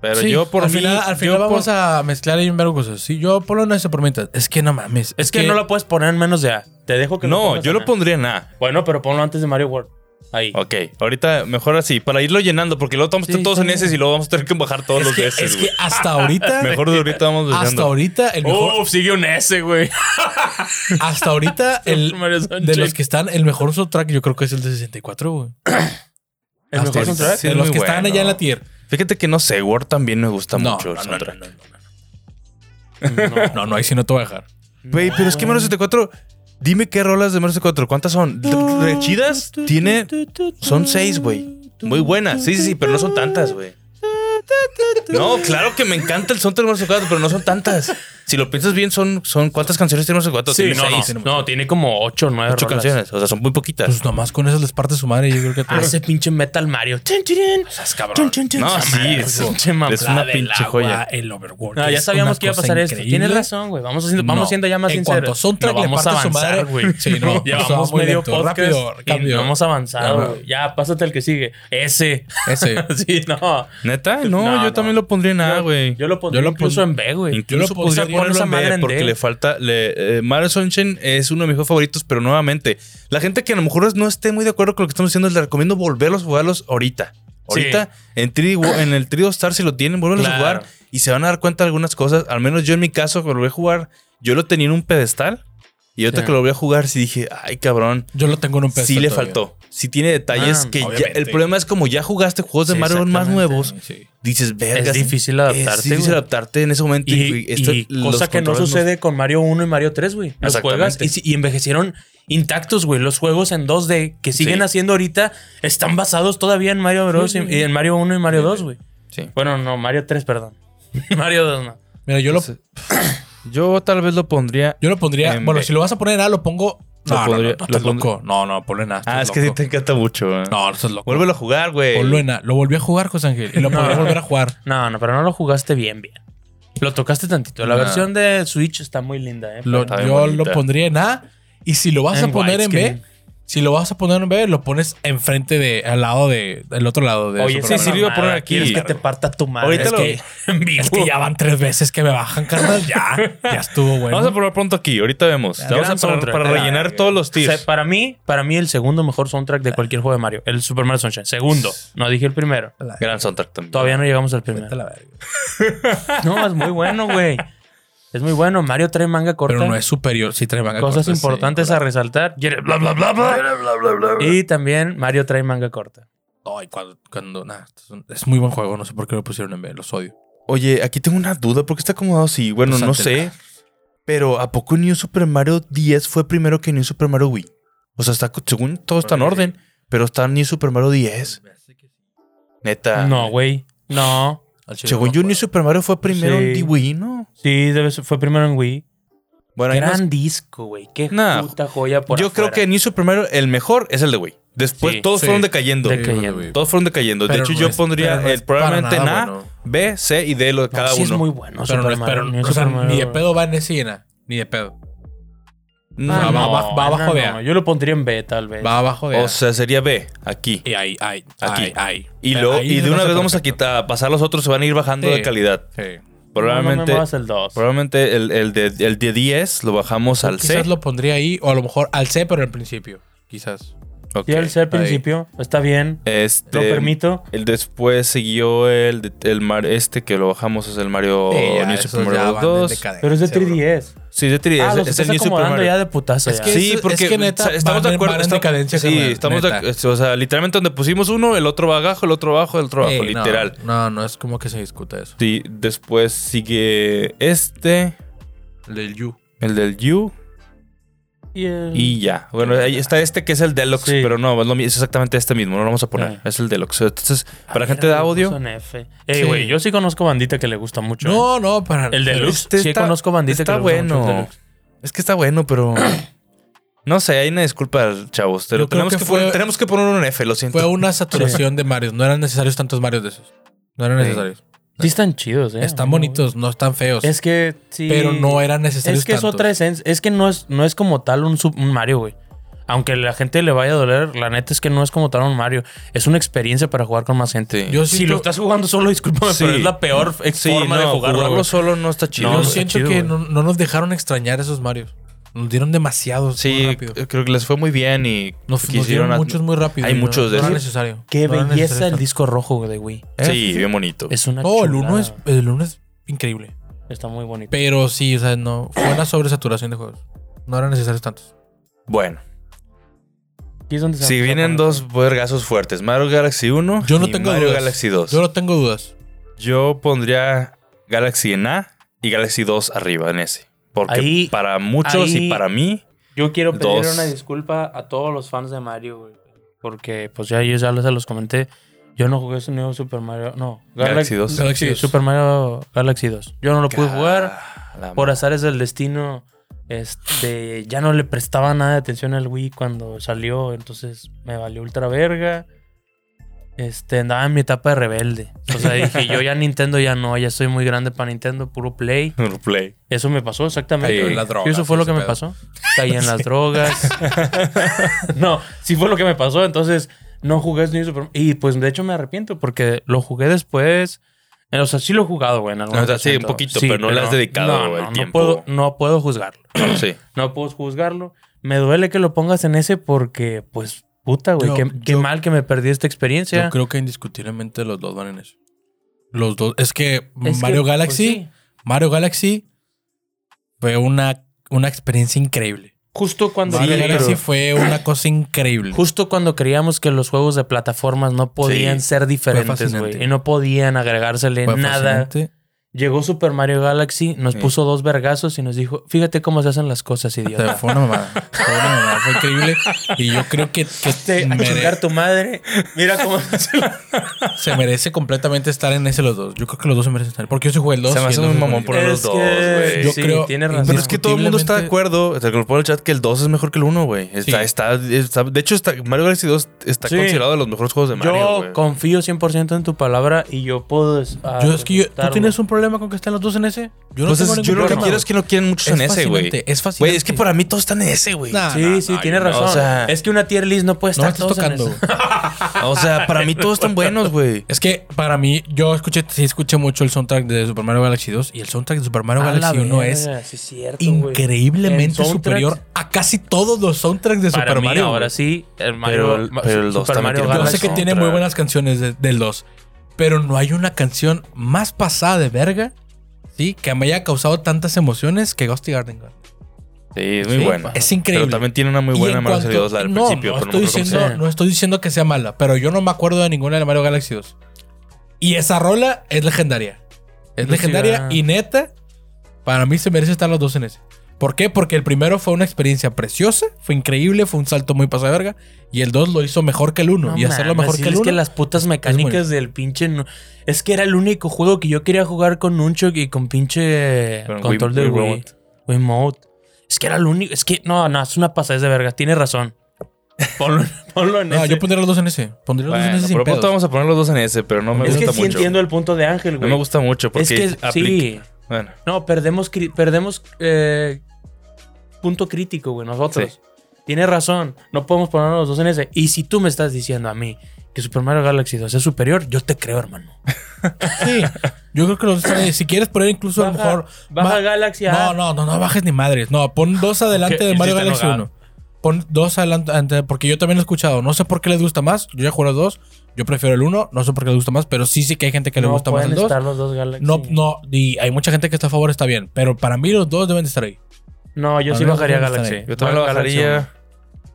S2: Pero
S4: Sí,
S2: yo por
S4: al
S2: mí-
S4: final, al
S2: yo
S4: final
S2: por-
S4: vamos a mezclar y un vergo de cosas. Si yo ponlo en ese por mientras, es que no mames.
S3: Es que, no la puedes poner en menos de A. Te dejo que
S2: No,
S3: pongas
S2: yo
S3: en
S2: lo
S3: A.
S2: pondría en A.
S3: Bueno, pero ponlo antes de Mario World. Ahí.
S2: Ok, ahorita mejor así, para irlo llenando, porque luego vamos a estar
S4: Sí,
S2: todos
S4: está
S2: en ese
S4: bien.
S2: y luego vamos a tener que bajar todos los
S4: es que,
S2: veces.
S4: es que hasta ahorita,
S2: Pues Mejor de ahorita vamos
S4: hasta
S2: llenando.
S4: ahorita, el mejor,
S3: Uf, sigue un S, güey.
S4: hasta ahorita el
S3: Mario
S4: de
S3: Sánchez.
S4: los que están, el mejor soundtrack yo creo que es el de 64, güey.
S3: ¿El
S4: Hasta
S3: mejor
S4: ahorita.
S3: soundtrack?
S2: Sí,
S4: de
S2: es
S4: los
S2: muy
S4: que están
S2: bueno.
S4: allá en la tier.
S2: Fíjate que no sé, Word también me gusta
S4: No,
S2: mucho el
S4: no, no,
S2: soundtrack.
S4: no, no, no,
S3: No.
S4: no. No, no, ahí sí no te voy a dejar.
S2: Güey, pero es que Mario 64, dime qué rolas de Mario 64, ¿cuántas son? ¿Re- ¿Rechidas? Tiene, son seis, güey. Muy buena. Sí, sí, sí, pero no son tantas, güey. No, claro que me encanta el son de Hermoso 4, pero no son tantas. Si lo piensas bien, son, son cuántas canciones tiene Hermoso 4.
S3: Sí,
S2: tiene
S3: no, no,
S2: seis,
S3: no, tiene como 8 o 9
S2: ocho canciones. O sea, son muy poquitas.
S4: Pues nomás con esas les parte su madre. Yo creo que.
S3: Ah, ese pinche Metal Mario. Chin, chirin.
S4: Estás cabrón.
S2: No,
S3: Esa
S2: sí,
S3: madre,
S2: es-
S3: pinche mamada
S2: es una
S3: del
S2: pinche
S3: agua.
S2: joya.
S4: El Overworld.
S3: No, ya sabíamos que iba a pasar esto. Tienes razón, güey. Vamos, haciendo, vamos siendo ya más
S4: en
S3: sinceros.
S4: cuanto soundtrack
S3: No
S4: le
S3: vamos a
S4: parte su
S3: avanzar,
S4: madre,
S3: güey.
S4: sí, no, o sea,
S3: Llevamos
S4: muy
S3: medio
S4: lento,
S3: podcast
S4: rápido,
S3: y
S4: cambio.
S3: no hemos avanzado,
S4: Ajá.
S3: güey. Ya, pásate al que sigue. Ese.
S4: Ese.
S3: sí, no.
S2: Neta, no,
S3: No,
S2: yo
S3: no.
S2: también lo pondría en A,
S3: Yo-
S2: güey.
S3: Yo lo pondría
S4: Yo lo
S3: incluso
S4: pon-
S3: en B, güey.
S4: yo lo
S2: Incluso podría
S3: Esa- pon
S2: ponerlo
S3: esa
S2: en
S3: madre
S2: B
S3: en
S2: porque
S3: D.
S2: le falta. Le, eh, Mario Sunshine es uno de mis juegos favoritos, pero nuevamente, la gente que a lo mejor no esté muy de acuerdo con lo que estamos diciendo, les recomiendo volverlos a jugarlos ahorita. Ahorita en, tri- en el trío Star, si lo tienen, vuelven a
S3: Claro.
S2: jugar y se van a dar cuenta de algunas cosas. Al menos yo en mi caso, cuando lo voy a jugar, yo lo tenía en un pedestal y ahorita
S3: Sí.
S2: que lo voy a jugar, sí dije, ay cabrón,
S4: Yo lo tengo en un pedazo.
S2: sí le faltó. Sí tiene detalles
S3: Ah,
S2: que ya- el
S4: obviamente.
S2: problema es como ya jugaste juegos de Mario más nuevos,
S4: Sí.
S2: dices, verga.
S3: Es difícil
S2: Es
S3: adaptarte,
S2: difícil
S3: güey.
S2: adaptarte en ese momento.
S3: Y,
S2: esto-
S3: y
S2: los
S3: cosa que no
S2: controles
S3: sucede con Mario 1 y Mario 3, güey. Los
S2: Exactamente.
S3: juegas y, si- y envejecieron intactos, güey. Los juegos en 2D que siguen
S2: Sí.
S3: haciendo ahorita están basados todavía en Mario Bros. y- y en Mario 1 y Mario 2, güey.
S2: Sí.
S3: Bueno, no, Mario 3, perdón. Mario 2, no.
S4: Mira, yo lo,
S2: Yo tal vez lo pondría.
S4: yo lo pondría.
S2: En
S4: bueno,
S2: B.
S4: si lo vas a poner en A, lo pongo.
S2: Lo
S4: No, no,
S2: pondría-
S4: no, no,
S2: lo
S4: estás
S2: pondría-
S4: loco. No, no, ponlo en A. estás
S2: ah, es que sí
S4: loco.
S2: te encanta mucho. güey.
S4: No, no estás loco.
S2: Vuélvelo a jugar,
S3: Eh,
S2: güey.
S4: Ponlo en A. Lo volví a jugar, José Ángel. Y lo
S3: No.
S4: podría volver a jugar.
S3: No, no, pero no lo jugaste bien, bien. Lo tocaste tantito. La
S2: No.
S3: versión de Switch está muy linda, ¿eh?
S4: Lo-
S2: Está bien
S4: yo
S2: bonita.
S4: lo pondría en A. Y si lo vas
S3: En
S4: a poner en B,
S3: widescreen.
S4: si lo vas a poner en B, lo pones enfrente de, al lado de, del otro lado de
S3: Oye,
S2: sí,
S3: sí,
S4: Super
S2: lo
S3: sí,
S4: Mario.
S3: lo iba a poner aquí. Es que te parta tu madre.
S2: Ahorita
S3: es
S2: lo-
S3: que en vivo.
S4: Es que ya van tres veces que me bajan, carnal. Ya, ya estuvo bueno.
S2: Vamos a probar pronto aquí. Ahorita vemos.
S3: Gran
S2: Vamos a probar
S3: soundtrack.
S2: para rellenar todos los
S3: O
S2: tips.
S3: sea, para mí, para mí el segundo mejor soundtrack de cualquier juego de Mario, el Super Mario Sunshine. Segundo, no dije el primero.
S4: La-
S2: Gran soundtrack también.
S3: Todavía no llegamos al
S4: Vete a
S3: primero.
S4: la verga.
S3: No, es muy bueno, güey. Es muy bueno. Mario trae manga corta.
S4: Pero no es superior. Sí, trae manga
S3: Cosas
S4: corta, sí,
S3: importantes a
S4: correcto.
S3: resaltar. Yere- Bla, bla, bla, bla. Y también Mario trae manga corta.
S4: Ay, cuando, cuando nah, es un- es muy buen juego, no sé por qué lo pusieron en B, los odio.
S2: Oye, aquí tengo una duda. ¿Por qué está acomodado así? Bueno,
S4: Pues
S2: no
S4: antes-
S2: sé. Pero ¿a poco New Super Mario 10 fue primero que New Super Mario Wii? O sea, está, según todo está en
S4: Ok.
S2: orden, pero está New Super Mario 10. Neta.
S3: No, güey. No.
S4: Al chile
S2: Según
S4: no me
S2: yo, New
S4: acuerdo.
S2: Super Mario fue primero en
S3: Sí.
S2: D Wii, ¿no?
S3: Sí, debe ser- fue primero en Wii.
S2: Bueno, ahí nos-
S3: Gran disco, güey. Qué
S2: Nah,
S3: puta joya por
S2: Yo creo que
S3: afuera.
S2: New Super Mario, el mejor es el de Wii. Después
S3: Sí,
S2: todos
S4: sí.
S2: fueron decayendo.
S3: De- que
S4: Sí,
S3: ya-
S4: güey.
S2: Todos fueron decayendo. de
S4: Pero
S2: hecho,
S4: no
S2: yo
S4: es-
S2: pondría
S4: pero no
S2: el-
S4: es para
S2: probablemente en
S4: nada
S2: A,
S4: bueno.
S2: B, C y D lo de
S3: No,
S2: cada
S3: sí
S2: uno.
S3: es muy bueno.
S4: Pero, no
S3: Super
S4: es-
S3: Mario,
S4: pero,
S3: New
S4: o
S3: Super
S4: sea,
S3: Mario,
S4: ni de
S3: güey.
S4: pedo va en ese y en A, ni de pedo.
S2: No,
S4: Ah,
S3: Ah,
S4: va
S3: no,
S4: abajo- va abajo
S3: no,
S4: de A.
S3: no, Yo lo pondría en B, tal vez.
S4: Va abajo de A.
S2: O sea, sería B, aquí.
S4: y ahí, ahí,
S2: Aquí.
S4: ahí, ahí.
S2: Y,
S4: Pero
S2: luego-
S4: ahí
S2: y de
S4: no
S2: una
S4: está
S2: vez vamos a
S4: perfecto.
S2: quitar, a pasar los otros, se van a ir bajando
S4: Sí.
S2: de calidad.
S4: Sí.
S3: No, no
S2: Probablemente,
S3: me muevas el 2.
S2: probablemente el, el de, el de 10 lo bajamos al C.
S4: Quizás lo pondría ahí, o a lo mejor al C, pero al principio. Quizás.
S2: Ok.
S3: Y el C al
S4: ahí.
S3: principio está bien.
S2: Este,
S3: Lo permito.
S2: El después siguió el, de- el mar, este que lo bajamos es el Mario
S4: Sí, ya,
S2: New
S4: esos
S2: Super
S4: ya
S2: Mario
S4: van en
S2: 2.
S4: decadencia,
S3: Pero es de
S4: bro.
S3: 3DS.
S2: Sí, de 3DS.
S3: Ah, los
S2: es
S3: estás
S2: el New Super
S3: acomodando
S2: Mario.
S3: ya de putazo.
S4: Es
S3: ya.
S4: que-
S2: Sí,
S4: es-
S2: porque
S4: es que neta,
S2: sa- estamos
S4: van
S2: de
S4: en-
S2: acuerdo.
S4: van en
S2: estamos-
S4: decadencia,
S2: sí,
S4: carnal,
S2: estamos de-
S4: neta.
S2: o sea, literalmente donde pusimos uno, el otro abajo, el otro abajo, el otro abajo,
S4: Ey, no,
S2: literal.
S4: No, no, es como que se discuta eso.
S2: Sí, después sigue este,
S4: El del U.
S2: el del U
S3: Y, el-
S2: y ya. Bueno, ahí está este que es el Deluxe,
S3: Sí.
S2: pero no, es, lo mi- es exactamente este mismo, no lo vamos a poner.
S3: Ah.
S2: Es el Deluxe. Entonces,
S3: Ah,
S2: para la
S3: mira,
S2: gente de
S3: le
S2: audio,
S3: puso en F. Ey,
S4: Sí.
S3: güey, yo sí conozco bandita que le gusta mucho. ¿eh?
S4: No, no, para.
S3: El deluxe.
S2: este
S3: sí
S2: está-
S3: conozco bandita
S2: está
S3: que le gusta mucho el
S2: bueno.
S3: deluxe.
S2: es que está bueno, pero no sé, hay una disculpa, chavos, pero
S4: Yo creo
S2: tenemos que,
S4: que fue-
S2: poner- tenemos que poner un F, lo siento.
S4: Fue una saturación de Marios. No eran necesarios tantos Marios de esos. No eran
S2: Sí.
S4: necesarios.
S3: Sí están chidos, eh.
S4: Están bonitos, no están feos.
S3: Es que sí.
S4: pero no eran necesarios
S3: Es que es
S4: tantos.
S3: otra esencia. Es que no es, no es como tal un, sub- un Mario, güey. Aunque la gente le vaya a doler, la neta es que no es como tal un Mario. Es una experiencia para jugar con más gente.
S4: Yo
S3: si
S4: siento-
S3: lo estás jugando solo, discúlpame,
S2: Sí.
S3: pero es la peor ex-
S2: Sí,
S3: forma de
S2: no,
S3: jugarlo.
S2: jugarlo
S3: güey.
S2: solo no está chido.
S3: No,
S4: Yo
S3: no,
S2: güey.
S4: siento
S3: chido,
S4: que
S3: güey.
S4: no, no nos dejaron extrañar esos Marios. Nos dieron demasiados muy
S2: Sí,
S3: eh,
S2: eh,
S4: rápido.
S2: creo que les fue muy bien y
S4: Nos, nos dieron
S2: ad-
S4: muchos muy rápido.
S2: hay
S4: y no-
S2: muchos de
S4: no era
S2: esos.
S4: necesario.
S3: Qué
S4: No era
S3: belleza
S4: necesario
S3: el disco rojo güey, de Wii.
S4: tanto. ¿Eh?
S2: Sí, bien bonito.
S3: Es una
S4: No, el
S3: chulada.
S4: uno es, el uno es increíble.
S3: Está muy bonito.
S4: Pero sí, o sea, no. Fue una sobresaturación de juegos. No eran necesarios tantos.
S2: Bueno,
S3: Aquí es donde se
S2: si
S3: empieza a
S2: vienen
S3: poner-
S2: dos vergazos fuertes, Mario Galaxy 1
S4: Yo no
S2: y
S4: tengo
S2: Mario
S4: dudas.
S2: Galaxy 2.
S4: Yo
S2: Yo,
S4: no tengo dudas.
S2: pondría Galaxy en A y Galaxy 2 arriba en ese. Porque
S3: Ahí-
S2: para muchos y
S3: ahí-
S2: para mí,
S3: Yo quiero pedir
S2: Dos.
S3: una disculpa a todos los fans de Mario, güey. Porque, pues ya yo ya les- se los comenté. Yo no jugué ese nuevo Super Mario. No,
S2: Galaxy 2.
S4: Galaxy
S3: sí,
S4: 2.
S3: Super Mario Galaxy 2. Yo no lo pude jugar.
S4: La
S3: Por
S4: madre.
S3: azares del destino, este, ya no le prestaba nada de atención al Wii cuando salió, entonces me valió ultra verga. Este, andaba en mi etapa de rebelde. O sea, dije, yo ya Nintendo ya no, ya soy muy grande para Nintendo, puro Play.
S2: Play.
S3: Eso me pasó exactamente.
S4: Cayó en
S3: Y
S4: las drogas,
S3: eso fue lo que
S4: ese
S3: me
S4: pedo.
S3: pasó. Caí en las drogas. no, sí fue lo que me pasó. Entonces, no jugué New Super Y pues, de hecho, me arrepiento porque lo jugué después. Eh, O sea, sí lo he jugado, güey. en algún
S2: O sea, sí, un
S3: momento.
S2: poquito, pero no le has dedicado el
S3: No
S2: tiempo.
S3: puedo, no puedo juzgarlo.
S2: sí.
S3: No puedo juzgarlo. Me duele que lo pongas en ese porque, pues, puta, güey.
S4: Yo-
S3: Qué, qué
S4: yo-
S3: mal que me perdí esta experiencia.
S4: Yo creo que indiscutiblemente los dos van en eso. Los dos. Es que
S3: Es que,
S4: Mario
S3: pues,
S4: Galaxy.
S3: sí.
S4: Mario Galaxy fue una, una experiencia increíble.
S3: Justo cuando
S4: Mario
S3: Sí,
S4: Galaxy
S3: pero-
S4: fue una cosa increíble.
S3: Justo cuando creíamos que los juegos de plataformas no podían
S2: Sí,
S3: ser diferentes,
S4: fascinante.
S3: güey. Y no podían agregársele
S4: Fue
S3: nada.
S4: fascinante.
S3: Llegó Super Mario Galaxy, nos
S2: Sí.
S3: puso dos vergazos y nos dijo, fíjate cómo se hacen las cosas,
S4: O sea,
S3: idiota.
S4: fue una mamada. Fue una mamada. Fue increíble. Y yo creo que, que
S2: Este,
S3: Te- Este, a
S4: mere-
S3: chingar tu madre. Mira cómo...
S4: se merece completamente estar en ese los dos. Yo creo que los dos se merecen estar. Porque yo se jugué el 2.
S2: Se me hace un mamón por
S3: Es
S2: los dos,
S3: que-
S2: güey.
S4: Yo
S3: sí,
S4: creo-
S3: tienes razón.
S2: Pero es que todo el mundo está de acuerdo, o sea, que lo pone en el chat que el 2 es mejor que el 1, güey. Está,
S4: Sí.
S2: está, está- de hecho, está, Mario Galaxy 2 está
S3: Sí.
S2: considerado de los mejores juegos de Mario,
S3: yo
S2: güey.
S3: confío 100% en tu palabra y yo puedo... des-
S4: Yo es que yo- ¿Tú
S3: aceptarlo.
S4: tienes un problema con que estén los dos en ese? Yo
S2: Pues es- yo
S4: tengo ningún
S2: lo que
S4: problema,
S2: quiero es que no quieren muchos en ese, güey.
S4: fascinante, Es fácil.
S2: Güey, es que para mí todos están en ese, güey.
S4: Nah.
S3: Sí,
S4: Ah, no,
S3: sí,
S4: no,
S3: tienes
S4: no,
S3: razón.
S2: o sea-
S3: es que una tier list no puede
S4: No me
S3: estar
S4: estás
S3: todos en
S4: tocando.
S3: eso.
S2: O sea, para mí todos están buenos, güey.
S4: Es que para mí, yo escuché, sí escuché mucho el soundtrack de Super Mario Galaxy 2 y el soundtrack de Super Mario
S3: A la
S4: Galaxy 1 es
S3: verga, sí es cierto, güey. El
S4: increíblemente
S3: soundtrack-
S4: superior a casi todos los soundtracks de
S3: Para
S4: Super
S3: mí,
S4: Mario.
S3: ahora
S4: güey.
S3: sí, el Mario,
S2: Pero el-
S3: Ma-
S2: pero el dos
S3: Super
S2: también
S3: Mario
S2: tiene
S4: Yo
S3: Galaxy.
S4: sé que
S2: Soundtrack.
S4: tiene muy buenas canciones de- del 2, pero no hay una canción más pasada de verga, ¿sí? Que me haya causado tantas emociones que Ghosty Garden. güey.
S2: Sí, es muy
S4: Sí,
S2: buena.
S4: es increíble.
S2: Pero también tiene una muy
S4: Y
S2: buena
S4: en
S2: Mario Galaxy
S4: cuanto-
S2: 2, la del
S4: no,
S2: principio.
S4: No
S2: pero no
S4: estoy,
S2: me acuerdo cómo se
S4: diciendo,
S3: llama.
S4: no estoy diciendo que sea mala, pero yo no me acuerdo de ninguna de Mario Galaxy 2. Y esa rola es legendaria. Es
S3: Sí,
S4: legendaria
S3: ah.
S4: y neta, para mí se merece estar los dos en ese. ¿Por qué? Porque el primero fue una experiencia preciosa, fue increíble, fue un salto muy pasada de verga. Y el 2 lo hizo mejor que el 1.
S3: No
S4: y hacerlo
S3: mames,
S4: mejor
S3: sí,
S4: que el
S3: Es
S4: 1.
S3: que las putas mecánicas del pinche. no- Es que era el único juego que yo quería jugar con Nunchuk y con pinche
S2: Con
S3: control
S2: Wii-
S3: de
S2: Wii
S3: Wii.
S2: Remote.
S3: Wiimote. Es que era el único. Es que no, no, es una pasadez de verga. Tienes razón. Ponlo, ponlo en
S4: No,
S3: ese.
S4: yo pues, pondría los dos en ese. Pondría los dos en
S2: Bueno,
S4: ese
S2: por
S4: sin
S2: lo pronto
S4: pedos.
S2: vamos a poner los dos en ese, pero no me
S3: es que
S2: gusta
S3: sí
S2: mucho.
S3: entiendo el punto de Ángel,
S2: No
S3: güey.
S2: me gusta mucho porque
S3: Es que sí.
S2: aplica- Bueno,
S3: No, perdemos, cri- perdemos eh, punto crítico, güey, nosotros.
S2: Sí.
S3: Tienes razón, no podemos ponernos los dos en ese. Y si tú me estás diciendo a mí que Super Mario Galaxy 2 es superior, yo te creo, hermano.
S4: Sí, yo creo que los dos están ahí. Si quieres poner incluso a lo
S3: Baja-
S4: mejor.
S3: baja
S4: ma-
S3: Galaxy a-
S4: No, no, no, no bajes ni madres. No, pon dos adelante
S3: Ok,
S4: de Mario
S3: hiciste
S4: Galaxy
S3: enojar.
S4: 1. Pon dos adelante, ante- porque yo también lo he escuchado. No sé por qué les gusta más. Yo ya jugué los dos. Yo prefiero el 1. No sé por qué les gusta más, pero sí, sí que hay gente que le
S3: no
S4: gusta más
S3: pueden
S4: el 2.
S3: estar los dos Galaxy.
S4: No, no, y hay mucha gente que está a favor, está bien. Pero para mí los dos deben de estar ahí.
S3: No, yo
S4: Para
S3: sí
S4: mí los
S3: bajaría
S4: dos están
S3: Galaxy.
S4: ahí.
S2: yo también lo
S3: Galaxy uno.
S2: bajaría,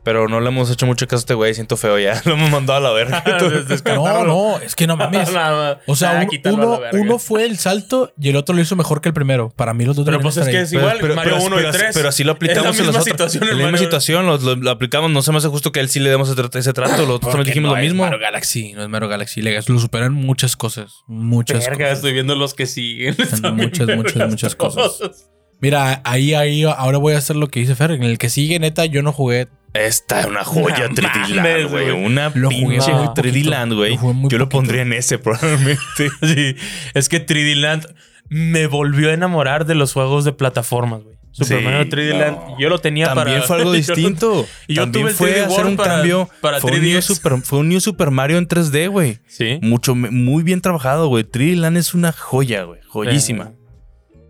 S2: pero no le hemos hecho mucho caso a este güey. Siento feo ya. Lo hemos mandado a la verga. Entonces,
S4: No, no, es que no mames.
S3: Nada,
S4: O sea,
S3: nada,
S4: un-
S3: Ah, quítalo a la
S4: uno,
S3: verga.
S4: uno fue el salto y el otro lo hizo mejor que el primero. Para mí los dos
S3: Pero
S4: deben
S3: pues
S4: de
S3: es
S4: estar
S3: que
S4: ahí.
S3: es igual, Mario 1 y
S2: así-
S3: 3.
S2: pero así lo aplicamos
S3: Es la
S2: en los
S3: misma
S2: otros.
S3: situación,
S2: En la
S3: hermano.
S2: misma situación, lo, lo- lo aplicamos. No se me hace justo que a él sí le demos ese, tra- ese trato. Los otros
S4: Porque
S2: también dijimos
S4: no
S2: lo
S4: es
S2: mismo.
S4: Mario Galaxy, no es Mario Galaxy. Le- Lo superan muchas cosas. Muchas
S3: Verga,
S4: cosas.
S3: estoy viendo los que siguen. Están bien
S4: muchas,
S3: vergas
S4: muchas, muchas
S3: todos.
S4: cosas. Mira, ahí, ahí, ahora voy a hacer lo que dice Fer. En el que sigue, neta, yo no jugué.
S2: Esta es una joya
S3: No
S2: 3D
S3: mames,
S2: Land, güey.
S3: güey.
S2: Una
S4: Lo jugué
S2: pinche
S3: muy
S2: 3D
S4: poquito.
S2: Land, güey.
S4: Lo jugué muy
S2: Yo lo
S4: poquito.
S2: pondría en ese probablemente.
S3: Sí, es que 3D Land me volvió a enamorar de los juegos de plataformas, güey. Super
S2: Sí,
S3: Mario 3D
S2: no.
S3: Land, yo lo tenía para...
S2: También fue algo
S3: yo lo-
S2: distinto.
S3: y yo
S2: También
S3: tuve el
S2: fue
S3: 3D
S2: hacer
S3: World
S2: un
S3: para-
S2: cambio.
S3: para
S2: fue, un
S3: 3DS.
S2: New Super, fue un New Super Mario en 3D, güey.
S3: Sí.
S2: Mucho, muy bien trabajado, güey. 3D Land es una joya, güey. Joyísima.
S3: Eh.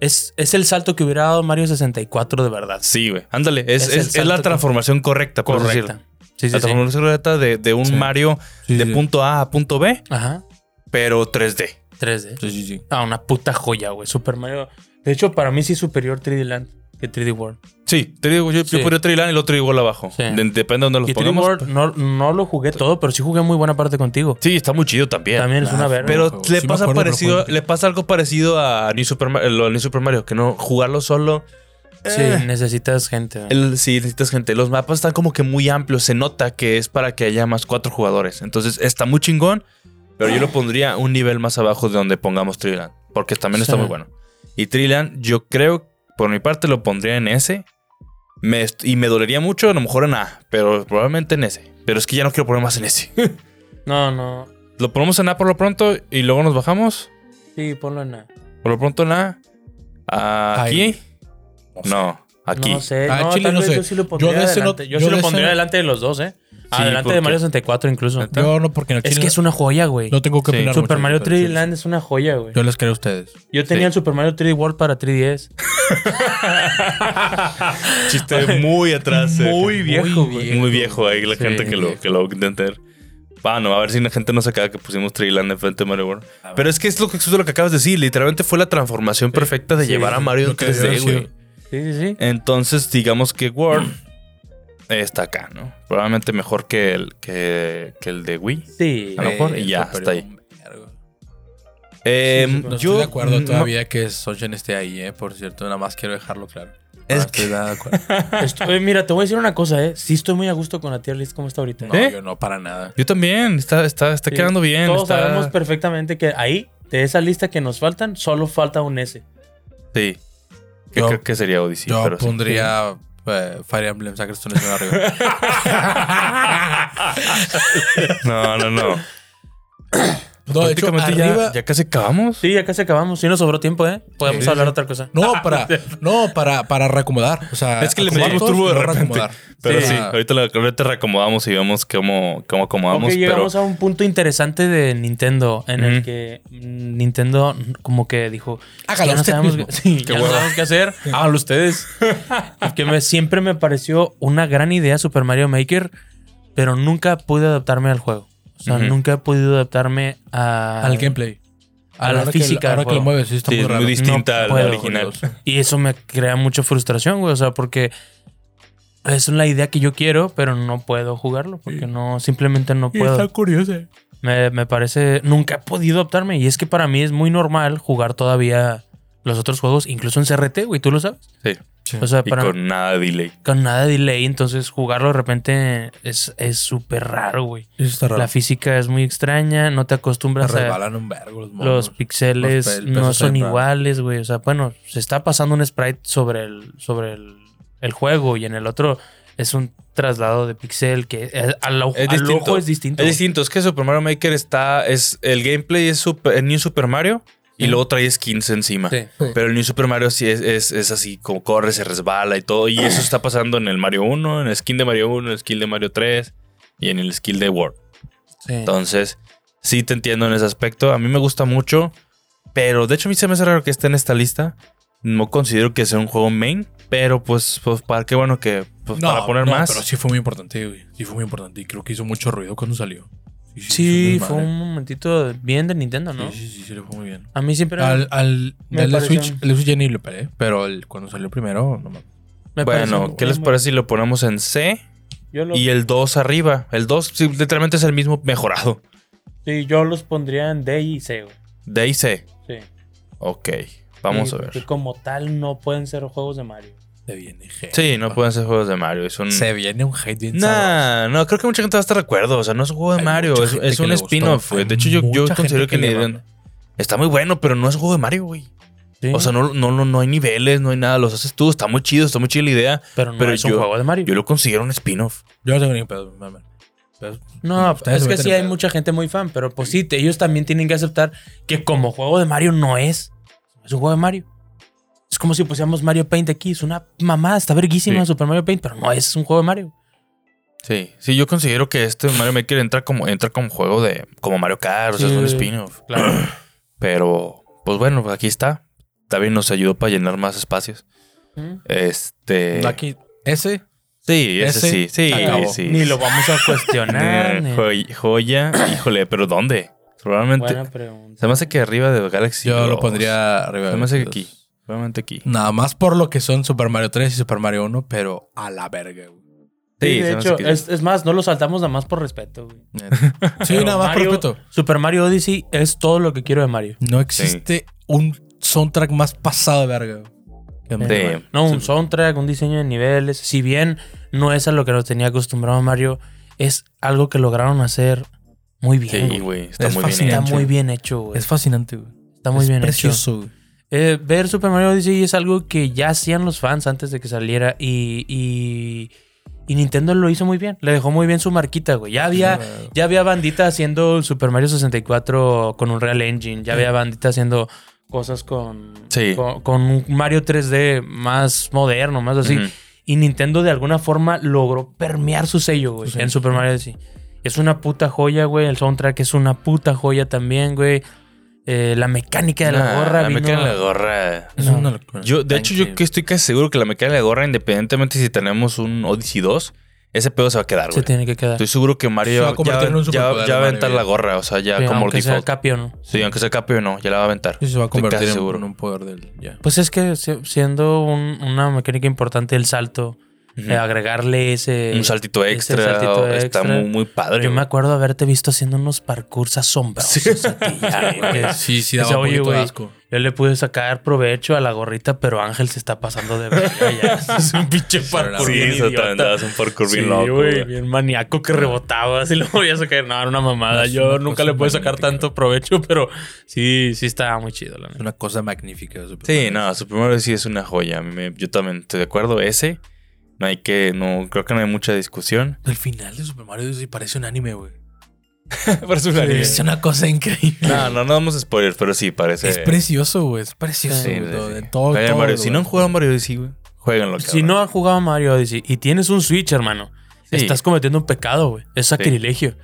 S3: Es, es el salto que hubiera dado Mario 64 de verdad.
S2: Sí, güey. Ándale, es,
S3: Es el
S2: es- es
S3: salto
S2: la
S3: que-
S2: transformación correcta, por así
S3: Correcta.
S2: decirlo.
S3: Sí, sí,
S2: La
S3: sí.
S2: transformación correcta de, de un
S4: Sí.
S2: Mario
S4: Sí,
S2: de
S4: sí.
S2: punto A a punto B,
S3: Ajá.
S2: pero 3D.
S3: 3D.
S4: Sí, sí, sí.
S3: Ah, una puta joya, güey. Super Mario. De hecho, para mí sí es superior 3D Land que 3D World.
S2: Sí, te digo, yo, yo
S3: Sí.
S2: pondría 3D Land y el otro igual abajo.
S3: Sí.
S2: De- depende de dónde los
S3: Y 3D
S2: pongamos.
S3: World no, no lo jugué todo, pero sí jugué muy buena parte contigo.
S2: Sí, está muy chido también.
S3: También es
S4: Ah,
S3: una verga.
S2: Pero
S4: Juego.
S2: le
S4: Sí me
S2: pasa
S4: acuerdo, pero
S2: parecido,
S4: juego.
S2: le pasa algo parecido a New Super Mario, lo de New Super Mario, que no jugarlo solo.
S3: sí,
S2: eh,
S3: necesitas gente. güey.
S2: el- sí, necesitas gente. Los mapas están como que muy amplios. Se nota que es para que haya más cuatro jugadores. Entonces está muy chingón. Pero yo lo pondría un nivel más abajo de donde pongamos Triland. Porque también está
S3: Sí.
S2: muy bueno. Y Triland, yo creo, por mi parte, lo pondría en S. Me est- y me dolería mucho, a lo mejor en A, pero probablemente en S. Pero es que ya no quiero poner más en S.
S3: No, no.
S2: lo ponemos en A por lo pronto y luego nos bajamos.
S3: Sí, ponlo en A.
S2: Por lo pronto en A. ¿A- ¿Aquí?
S4: Ahí.
S2: No, aquí.
S3: No sé.
S4: Ah,
S3: no,
S4: Chile,
S3: tal
S4: no
S3: vez
S4: sé.
S3: yo sí lo pondría
S4: Yo de ese no-
S3: adelante. yo
S4: yo
S3: sí lo
S4: de ese
S3: pondría
S4: no.
S3: delante de los dos, ¿eh? adelante
S2: porque-
S3: de Mario 64 incluso.
S4: Yo no, porque en el
S3: Es
S4: chile
S3: que es una joya, güey.
S4: no tengo que
S2: Sí.
S4: opinar
S3: Super
S4: mucho,
S3: Mario
S4: pero sí,
S3: 3D Land es una joya, güey.
S4: Yo les creo a ustedes.
S3: Yo tenía
S2: Sí.
S3: el Super Mario 3D World para 3DS.
S2: Chiste muy atrás. eh.
S3: Muy viejo,
S2: Muy
S3: güey.
S2: viejo. Muy viejo ahí la
S3: Sí.
S2: gente que lo, que lo intenta entender. Bueno, a ver si la gente no se acaba que pusimos Triland enfrente de Mario World.
S4: A ver.
S2: Pero es que es lo que, es lo que acabas de decir. Literalmente fue la transformación perfecta de
S3: Sí.
S2: llevar a Mario
S4: Lo
S2: en
S4: que debió haber
S2: 3D, güey.
S4: sido.
S3: Sí, sí, sí.
S4: Eh,
S2: Entonces, digamos que World está acá, ¿no? Probablemente mejor que el, que, que el de Wii.
S3: Sí.
S2: A lo mejor
S4: Eh,
S2: y ya,
S4: pero-
S2: hasta ahí.
S4: Verga.
S2: Eh,
S3: sí, pero
S4: No
S2: yo
S4: estoy de acuerdo
S2: no-
S4: todavía que Sunshine esté ahí, eh, por cierto. Nada más quiero dejarlo claro.
S2: Es
S4: no estoy nada de acuerdo.
S3: Estoy- eh, mira, te voy a decir una cosa, ¿eh? Sí estoy muy a gusto con la tier list como está ahorita.
S4: No,
S2: ¿Eh?
S4: yo no, para nada.
S2: Yo también. Está, está, está
S3: Sí.
S2: quedando bien.
S3: Todos
S2: está-
S3: sabemos perfectamente que ahí, de esa lista que nos faltan, solo falta un S.
S2: Sí. Que
S4: Yo-
S2: creo que sería Odyssey.
S4: yo
S2: pero sí.
S4: pondría eh, Fire Emblem Sacred en arriba.
S2: No, no, no.
S4: no, de hecho,
S2: Prácticamente ya-
S4: arriba-
S2: ya, casi acabamos.
S3: Sí, acá se acabamos. Sí nos sobró tiempo, ¿eh? Podemos
S4: Sí,
S3: hablar
S4: sí.
S3: otra cosa.
S4: No, para, no, para, para reacomodar. O sea,
S2: Es que le
S4: acomodar
S2: metimos
S4: todos,
S2: turbo de
S4: no
S2: repente.
S4: reacomodar. Ah.
S2: Pero
S4: O
S2: sí,
S4: sea,
S2: ahorita, la, ahorita reacomodamos y vemos cómo, cómo acomodamos.
S3: Ok, llegamos a un punto interesante de Nintendo, en el
S2: Ujú.
S3: que mm, Nintendo mm, como que dijo,
S4: Hágalo
S3: ya no
S4: usted
S3: sabemos,
S4: mismo.
S3: qué- sí, ya no
S2: hueva.
S3: sabemos qué hacer,
S2: Ah,
S3: háganlo ustedes. que me- siempre me pareció una gran idea Super Mario Maker, pero nunca pude adaptarme al juego. O sea,
S2: Ujú.
S3: nunca he podido adaptarme a-
S4: al gameplay.
S3: a la
S4: hora
S3: física
S4: Que,
S3: del
S4: ahora que
S3: juego.
S4: lo mueves, sí, está
S2: Sí,
S4: muy
S2: es
S4: raro.
S2: muy distinta a la
S3: puedo.
S2: original.
S3: Y eso me crea mucha frustración, güey. O sea, porque es la idea que yo quiero, pero no puedo jugarlo. Porque
S4: Sí.
S3: no, simplemente no
S4: Y está
S3: puedo.
S4: curioso.
S3: Me, me parece. Nunca he podido adaptarme. Y es que para mí es muy normal jugar todavía los otros juegos, incluso en CRT, güey. Tú lo sabes.
S2: Sí.
S4: Sí.
S3: O sea,
S2: Y
S3: para con...
S2: con nada de delay.
S3: nada de delay, entonces jugarlo de repente es es súper raro, güey.
S4: Eso está raro.
S3: La física es muy extraña, no te
S4: Me
S3: acostumbras a,
S4: resbalan un vergo los monos.
S3: los píxeles
S4: Los pe- el
S3: no
S4: peso se
S3: son
S4: ve raro.
S3: iguales, güey. O sea, bueno, se está pasando un sprite sobre el, sobre el, el juego y en el otro es un traslado de pixel que eh, al, ojo- al ojo es distinto.
S2: Es
S3: güey.
S2: distinto. Es que Super Mario Maker está. es El gameplay es super, el New Super Mario y
S3: Sí.
S2: luego trae skins encima.
S3: Sí.
S2: Pero el New Super Mario sí es, es, es así, como corre, se resbala y todo. Y eso está pasando en el Mario 1, en el skin de Mario 1, en el skin de Mario 3 y en el skill de World.
S3: Sí.
S2: Entonces, sí te entiendo en ese aspecto. A mí me gusta mucho, pero de hecho a mí se me hace raro que esté en esta lista. No considero que sea un juego main, pero pues, pues para qué bueno que pues, para poner
S4: no,
S2: más.
S4: Pero sí fue muy importante, güey. Sí fue muy importante. Y creo que hizo mucho ruido cuando salió. Sí, sí,
S3: Sí,
S4: hizo
S3: fue
S4: desmadre.
S3: un momentito bien de Nintendo, ¿no?
S4: Sí, sí, sí, sí, le fue muy bien.
S3: A mí siempre
S4: al al
S3: me
S4: del de
S3: pareció-
S4: Switch, el de Switch ya ni lo peleé, pero el, cuando salió primero, no me
S3: me
S2: bueno,
S3: pareció-
S2: ¿qué les parece si lo ponemos en C
S3: Yo, lo-
S2: y el 2 arriba? El 2 sí, literalmente es el mismo mejorado.
S3: sí, yo los pondría en D y C, güey.
S2: De ahí C.
S3: Sí.
S2: Ok, vamos
S3: Sí,
S2: a ver.
S3: porque como tal no pueden ser juegos de Mario.
S4: Se viene hate.
S2: Sí, no pueden ser juegos de Mario. Es un...
S4: Se viene un hate bien sabroso.
S2: Mm. Nah, no, creo que mucha gente va a estar de acuerdo. O sea, no es un juego de
S4: Hay
S2: Mario,
S4: mucha
S2: es,
S4: gente
S2: es
S4: que
S2: un
S4: le gustó.
S2: spin-off. güey.
S4: Hay
S2: De hecho, yo, yo
S4: mucha
S2: considero
S4: gente
S2: que,
S4: que
S2: le
S4: le
S2: dieron-
S4: mama.
S2: Está muy bueno, pero no es juego de Mario, güey.
S3: Sí,
S2: O sea, no, no, no, no hay niveles, no hay nada. Los haces tú, está muy chido, está muy chida la idea.
S3: pero no
S2: pero
S3: es
S2: yo-
S3: un juego de Mario.
S2: Yo lo considero un spin-off.
S4: Yo no tengo ningún pedo, mami. Pero-
S3: No,
S4: Ustedes
S3: es
S4: se
S3: que
S4: meten
S3: sí
S4: en
S3: hay
S4: pedo.
S3: mucha gente muy fan, pero pues sí, te- ellos también tienen que aceptar que como juego de Mario no es. Es un juego de Mario. Es como si pusiéramos Mario Paint aquí. Es una mamada, está verguísima
S2: Sí.
S3: Super Mario Paint, pero no es un juego de Mario.
S2: Sí, sí, yo considero que este Mario Maker entra como, entra como juego de. como Mario Kart, o sea,
S3: Sí.
S2: es un spin-off.
S3: Claro.
S2: Pero, pues bueno, pues aquí está. David nos ayudó para llenar más espacios. Este.
S4: Aquí, ese,
S2: Sí, ese,
S4: Ese
S2: sí, sí,
S4: se acabó.
S2: sí.
S3: Ni lo vamos a cuestionar.
S2: Eh,
S3: ni-
S2: joy- joya, híjole, pero ¿dónde? Probablemente.
S3: Buena pregunta.
S2: se me hace que arriba de Galaxy.
S4: yo lo
S2: Bros.
S4: pondría arriba.
S2: Se me hace que
S4: los-
S2: aquí. Probablemente aquí.
S4: Nada más por lo que son Super Mario 3 y Super Mario 1, pero a la verga, güey.
S3: Sí,
S2: se
S3: de
S2: me hace
S3: hecho,
S2: que-
S3: es, es más, no lo saltamos nada más por respeto. güey.
S4: Sí,
S3: Pero
S4: nada más
S3: Mario-
S4: por respeto.
S3: Super Mario Odyssey es todo lo que quiero de Mario.
S4: No existe un soundtrack más pasado de verga, güey, que Mario
S2: Sí.
S4: Mario.
S3: No, un soundtrack, un diseño de niveles. Si bien no es a lo que nos tenía acostumbrado Mario, es algo que lograron hacer Muy bien.
S2: Sí,
S3: güey.
S2: güey, está
S4: Es
S2: muy bien
S4: fascinante.
S3: Está
S2: hecho.
S3: muy bien hecho, güey.
S4: Es fascinante, güey.
S3: Está muy
S4: es
S3: bien hecho.
S4: precioso, güey.
S3: Eh, ver Super Mario Odyssey es algo que ya hacían los fans antes de que saliera y, y, y Nintendo lo hizo muy bien. Le dejó muy bien su marquita, güey. Ya había,
S4: Claro.
S3: ya había bandita haciendo Super Mario 64 con un Real Engine. Ya había bandita haciendo cosas con,
S2: Sí.
S3: con, con un Mario 3D más moderno, más así.
S2: Ujú.
S3: Y Nintendo de alguna forma logró permear su sello, güey,
S4: Su sello.
S3: en Super Mario Odyssey. Es una puta joya, güey. El soundtrack es una puta joya también, güey. Eh, la mecánica de la
S2: Ah,
S3: gorra,
S2: La
S3: vino-
S2: mecánica de la gorra.
S4: Es
S3: No.
S4: una locura.
S2: Yo, de
S4: Está
S2: hecho, yo
S4: increíble.
S2: que estoy casi seguro que la mecánica de la gorra, independientemente si tenemos un Odyssey 2, ese pedo se va a quedar,
S3: se
S2: güey.
S3: tiene que quedar.
S2: Estoy seguro que
S4: Se
S2: Mario
S4: va a
S2: ya-
S4: convertir en
S2: ya,
S4: un
S2: ya,
S4: superpoder de
S2: va a
S4: Mario,
S2: aventar
S4: ya.
S2: la gorra, o sea, ya
S3: Sí,
S2: como
S3: aunque sea
S2: default.
S3: Capi o no.
S2: Sí, aunque sea Capi o no, ya la va a aventar.
S4: Sí, se va a
S2: Estoy
S4: convertir
S2: casi
S4: en,
S2: seguro.
S4: en un poder del. Ya.
S3: Pues es que si- siendo un- una mecánica importante el salto,
S2: Ujú.
S3: eh, agregarle ese...
S2: un saltito
S3: ese
S2: extra,
S3: saltito
S2: está
S3: extra.
S2: muy, muy padre.
S3: Yo me
S2: güey.
S3: acuerdo haberte visto haciendo unos parkours asombrosos. a ti, güey,
S2: Ah,
S3: que-
S4: Sí, sí,
S3: O sea,
S4: daba un
S3: oye,
S4: poquito de
S3: güey,
S4: asco.
S3: Yo le pude sacar provecho a la gorrita, pero Ángel se está pasando de verga ya. Es un pinche parkour
S2: Sí,
S3: bien
S2: eso
S3: idiota.
S2: también dabas un parkour bien
S3: Sí,
S2: loco.
S3: güey,
S2: güey.
S3: bien maníaco que rebotabas y lo voy a sacar. No, era una mamada.
S4: Es
S3: Yo
S4: una
S3: nunca
S4: cosa
S3: le pude sacar
S4: magnífica.
S3: tanto provecho, pero sí, sí estaba muy chido, la
S4: Es
S3: neta.
S4: una cosa magnífica. de Super
S2: Sí,
S4: Mario.
S2: no, Super Mario sí es una joya. A mí me- yo también estoy de acuerdo. Ese, no hay que, no, creo que no hay mucha discusión.
S4: El final de Super Mario Odyssey parece un anime, güey.
S2: Parece un anime.
S4: Es una cosa increíble.
S2: No, no, no vamos a spoiler, pero sí, parece.
S4: Es precioso, güey. Es precioso.
S2: Sí,
S4: güey,
S2: sí,
S4: todo-
S2: sí.
S4: de todo-
S2: Jueguen
S4: todo,
S2: Mario. Si
S4: güey.
S2: no han jugado Mario Odyssey, güey, jueguenlo.
S3: Si no han jugado Mario Odyssey y tienes un Switch, hermano,
S2: Sí.
S3: estás cometiendo un pecado, güey. Es sacrilegio.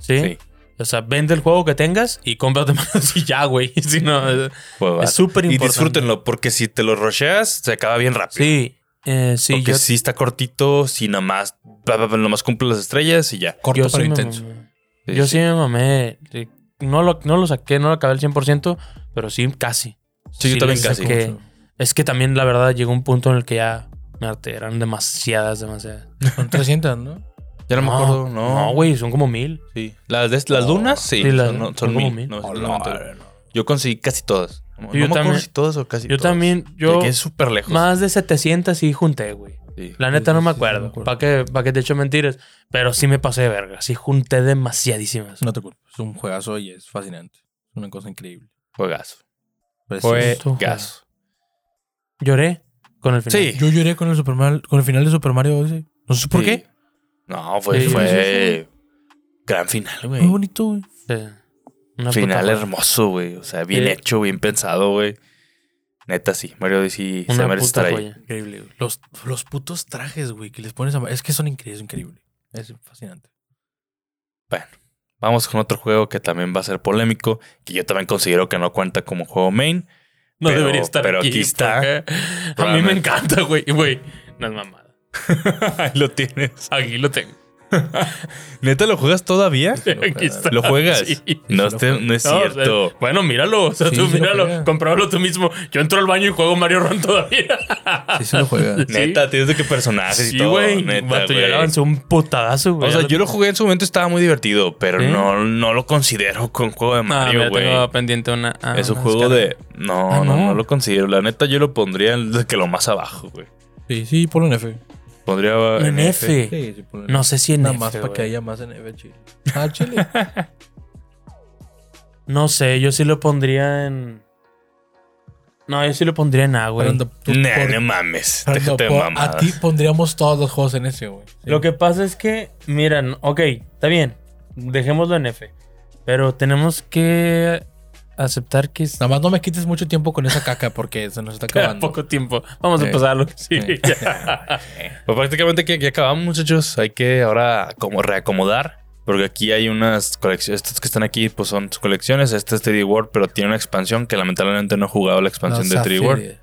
S3: ¿sí?
S2: Sí,
S3: O sea, vende el juego que tengas y cómprate más y ya, güey. Si no, es-
S2: juega.
S3: es súper
S2: Y
S3: importante.
S2: disfrútenlo, porque si te lo rusheas, se acaba bien rápido.
S3: Sí, eh, sí,
S2: porque
S3: yo,
S2: si está cortito, si nada más, bla, bla, bla, nada más cumple las estrellas y ya.
S4: Corto
S3: yo sí
S4: pero
S3: me
S4: intenso.
S3: mamé. Yo sí me mamé. Eh, No lo, no lo saqué, no lo acabé al 100%, pero sí casi.
S2: Sí, yo también
S3: le
S2: casi.
S3: saqué. Es que también, la verdad, llegó un punto en el que ya me harté. Eran demasiadas, demasiadas.
S4: Son 300, ¿no?
S2: Ya no, me acuerdo, no.
S3: No, güey, son como mil.
S2: Sí. Las, de, las lunas, sí.
S3: Sí, las-
S2: son, son
S3: son como
S2: mil.
S3: mil.
S2: no,
S4: Oh,
S2: no,
S4: no,
S2: no,
S4: no, no.
S2: Yo conseguí casi todas. No, no
S3: Yo
S2: me acuerdo
S3: también-
S2: si todas o casi
S3: Yo
S2: todas.
S3: también, yo
S2: Llegué súper lejos.
S3: más de 700 sí junté, güey.
S2: Pues, Sí.
S3: La neta
S4: Sí,
S3: no me
S4: sí, sí, sí, me
S3: acuerdo.
S4: acuerdo.
S3: ¿Para qué, pa' qué te echo mentiras? Pero sí me pasé de verga. Sí junté demasiadísimas.
S4: No te culpes. Es un juegazo y es fascinante. Es una cosa increíble.
S2: Juegazo.
S4: Precioso.
S2: Juegazo.
S3: Lloré con el final.
S2: Sí.
S4: Yo lloré con el, Super Mario- con el final de Super Mario Odyssey. No sé por
S2: Sí.
S4: qué.
S2: No, fue,
S3: Sí,
S2: fue
S4: sí,
S2: gran final,
S4: Muy
S2: güey.
S4: bonito, güey.
S3: Sí. Una puta Eh.
S2: Final
S3: joya.
S2: hermoso, güey. O sea, bien
S3: Sí.
S2: hecho, bien pensado, güey. Neta, sí. Mario Odyssey se
S3: Una
S2: merece estar
S3: puta
S2: ahí.
S3: joya.
S4: Increíble, güey. Los, los putos trajes, güey, que les pones a... ma- Es que son increíbles, es increíble. Es fascinante.
S2: Vamos con otro juego que también va a ser polémico, que yo también considero que no cuenta como juego main.
S3: No
S2: Pero-
S3: debería estar
S2: pero aquí está.
S3: porque A mí me
S2: Realmente.
S3: encanta, güey. Y, Güey, no es mamada.
S2: Ahí lo tienes.
S3: Aquí lo tengo.
S2: ¿Neta lo juegas todavía?
S3: Aquí está.
S2: ¿Lo juegas?
S3: Sí.
S2: No, este-
S4: Sí, lo juego.
S2: no es
S3: No, o sea,
S2: cierto.
S3: bueno, míralo. O sea,
S4: Sí,
S3: tú
S4: sí lo
S3: míralo.
S4: juega.
S3: Comprábalo tú mismo. Yo entro al baño y juego Mario Run todavía.
S4: Sí, se lo juega.
S3: Sí.
S2: Neta, tienes de qué personajes y
S3: Sí,
S2: todo.
S3: güey.
S2: neta,
S3: Vato, ya
S2: güey.
S3: le avancé un putadazo, güey.
S2: O sea, yo lo jugué en su momento, estaba muy divertido, pero
S3: ¿Sí?
S2: no, no lo considero con juego de
S3: Ah,
S2: Mario,
S3: mira,
S2: güey.
S3: tengo pendiente una. ah,
S2: es un
S3: una
S2: juego
S3: descarga.
S2: de. No,
S4: Ah,
S2: no,
S4: no.
S2: no lo considero. La neta, yo lo pondría en- de que lo más abajo, güey.
S4: Sí, sí, ponlo en F.
S2: Pondría.
S3: En F.
S4: Sí, sí, ponlo en
S3: No sé si en
S4: Nada
S3: F,
S4: más para
S3: güey.
S4: que haya más en F, chile. Ah, chile.
S3: No sé, yo sí lo pondría en. No, yo sí lo pondría en A, güey.
S4: Fernando, tú
S2: Nah,
S4: por-
S2: no mames.
S4: Fernando,
S2: Déjate de
S4: por- a
S2: mamadas.
S4: ti pondríamos todos los juegos en ese, güey. Sí.
S3: Lo que pasa es que, miran, ok, está bien. Dejémoslo en F. Pero tenemos que aceptar que
S4: Nada más no me quites mucho tiempo con esa caca porque se nos está
S3: queda
S4: acabando.
S3: poco tiempo. Vamos a
S4: Eh.
S3: pasar a lo que sigue.
S2: Pues prácticamente que, que acabamos, muchachos. Hay que ahora como reacomodar. Porque aquí hay unas colecciones. Estas que están aquí, pues son sus colecciones. Esta es 3D World, pero tiene una expansión que lamentablemente no he jugado la expansión de 3D World.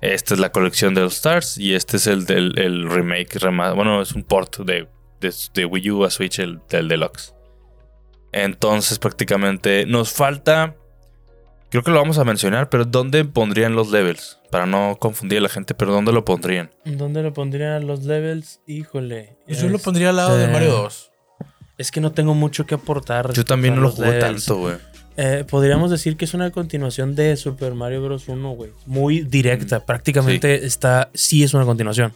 S2: Esta es la colección de All Stars y este es el del el remake. rema- Bueno, es un port de, de, de Wii U a Switch, el del Deluxe. Entonces, prácticamente nos falta. Creo que lo vamos a mencionar, pero ¿dónde pondrían los levels? Para no confundir a la gente, pero ¿dónde lo pondrían?
S3: ¿Dónde lo pondrían los levels? Híjole.
S4: Pues Yo lo pondría al lado de
S3: Este,
S4: Mario 2.
S3: Es que no tengo mucho que aportar.
S2: Yo
S3: respecto
S2: también
S3: a
S2: no lo
S3: Pues los
S2: jugué
S3: levels.
S2: tanto, güey.
S3: Eh, podríamos decir que es una continuación de Super Mario Bros. 1, güey. Muy directa.
S2: Mm,
S3: Prácticamente está. Sí, es una continuación.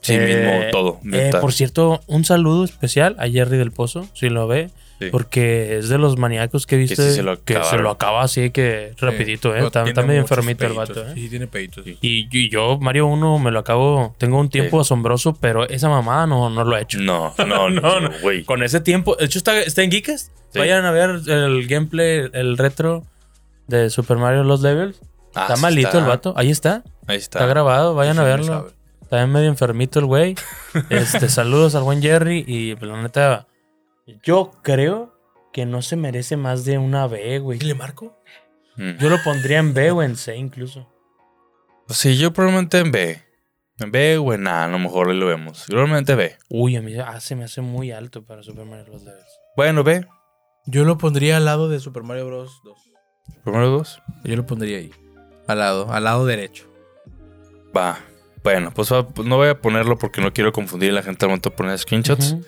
S2: Sí,
S3: Eh,
S2: mismo, todo.
S3: Eh,
S2: neta.
S3: por cierto, un saludo especial a Jerry del Pozo, si lo ve.
S2: Sí.
S3: Porque es de los maníacos que viste
S2: Que sí se lo
S3: que se
S2: acabaron.
S3: lo acaba así que rapidito, ¿eh?
S4: Pero
S3: Está,
S4: tiene
S3: está medio
S4: muchos
S3: enfermito el
S4: peditos.
S3: vato, ¿eh?
S4: Sí, tiene peditos.
S3: Y, y yo, Mario 1, me lo acabo. Tengo un tiempo
S2: Sí.
S3: asombroso, pero esa mamá no, no lo he hecho.
S2: No, no,
S3: No,
S2: no,
S3: no.
S2: güey.
S3: Con ese tiempo. De hecho, está, está en Geekas.
S2: Sí.
S3: Vayan a ver el gameplay, el retro de Super Mario Los Levels.
S2: Ah,
S3: está
S2: sí
S3: malito el vato. Ahí está.
S2: Ahí
S3: Está grabado. Vayan a verlo. Está medio enfermito el güey. Este, saludos al buen Jerry. Y pues, la neta, yo creo que no se merece más de una B, güey.
S4: ¿Y le marco?
S2: Mm.
S3: Yo lo pondría en B o en C incluso.
S2: Sí, yo probablemente en B. En B o en A, a lo mejor ahí lo vemos. Yo Probablemente B.
S3: Uy, a mí ah, se me hace muy alto para Super Mario Bros. Levels.
S2: Bueno, B.
S4: Yo lo pondría al lado de Super Mario Bros. 2.
S2: Primero dos.
S4: Yo lo pondría ahí. Al lado, al lado derecho.
S2: Va. Bueno, pues va- no voy a ponerlo porque no quiero confundir a la gente al momento de poner screenshots.
S3: Ujú.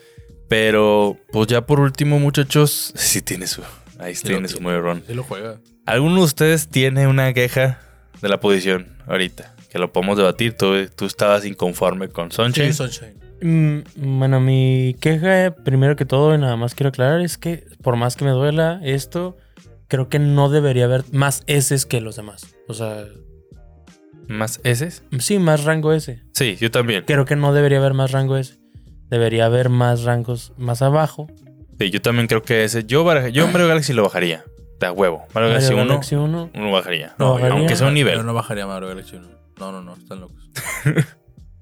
S2: Pero, pues ya por último, muchachos. Sí, tiene su. Ahí
S4: Sí lo
S2: tiene su
S4: tiene.
S2: muebrón.
S4: Sí lo juega.
S2: ¿Alguno de ustedes tiene una queja de la posición ahorita? Que lo podemos debatir. Tú, tú estabas inconforme con Sunshine.
S4: Sí, Sunshine.
S3: Mm, bueno, mi queja, eh, primero que todo, y nada más quiero aclarar, es que por más que me duela esto, creo que no debería haber más S que los demás. O sea,
S2: ¿Más S?
S3: sí, más rango S.
S2: Sí, yo también.
S3: Creo que no debería haber más rango S. Debería haber más rangos más abajo.
S2: Sí, yo también creo que ese. Yo, baraja- yo Mario Galaxy lo bajaría. De a huevo. Mario
S3: Mario
S2: Galaxy 1
S3: Galaxy uno.
S2: uno bajaría.
S3: No,
S4: yo
S3: aunque
S2: sea un nivel.
S4: Yo no bajaría a Mario Galaxy 1. No, no, no, están locos.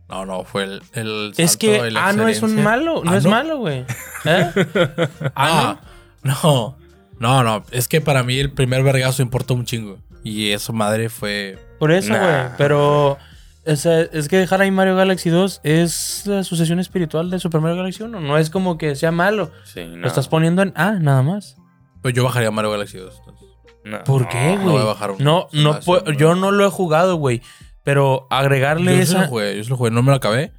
S4: no, no, fue el. el
S3: Es
S4: salto
S3: que
S4: y la
S3: A no es un
S4: excelencia.
S3: malo, no
S4: Ah,
S3: es
S4: no.
S3: malo, güey. ¿Eh?
S4: Ah, no. No, no. Es que para mí el primer vergazo importa un chingo. Y eso, madre, fue.
S3: Por eso, güey.
S2: Nah.
S3: Pero o sea, es que dejar ahí Mario Galaxy 2 es la sucesión espiritual de Super Mario Galaxy 1. No es como que sea malo.
S2: Sí, no.
S3: Lo estás poniendo en A, nada más.
S4: Pues yo bajaría a Mario Galaxy 2. entonces.
S2: No.
S3: ¿Por qué,
S4: no
S3: güey?
S4: voy a bajar un-
S3: No,
S4: se me
S3: no,
S4: hace
S3: puedo-
S4: muy-
S3: yo no lo he jugado, güey. Pero agregarle
S4: Yo sí
S3: esa.
S4: lo jugué, yo sí lo jugué, no me lo acabé.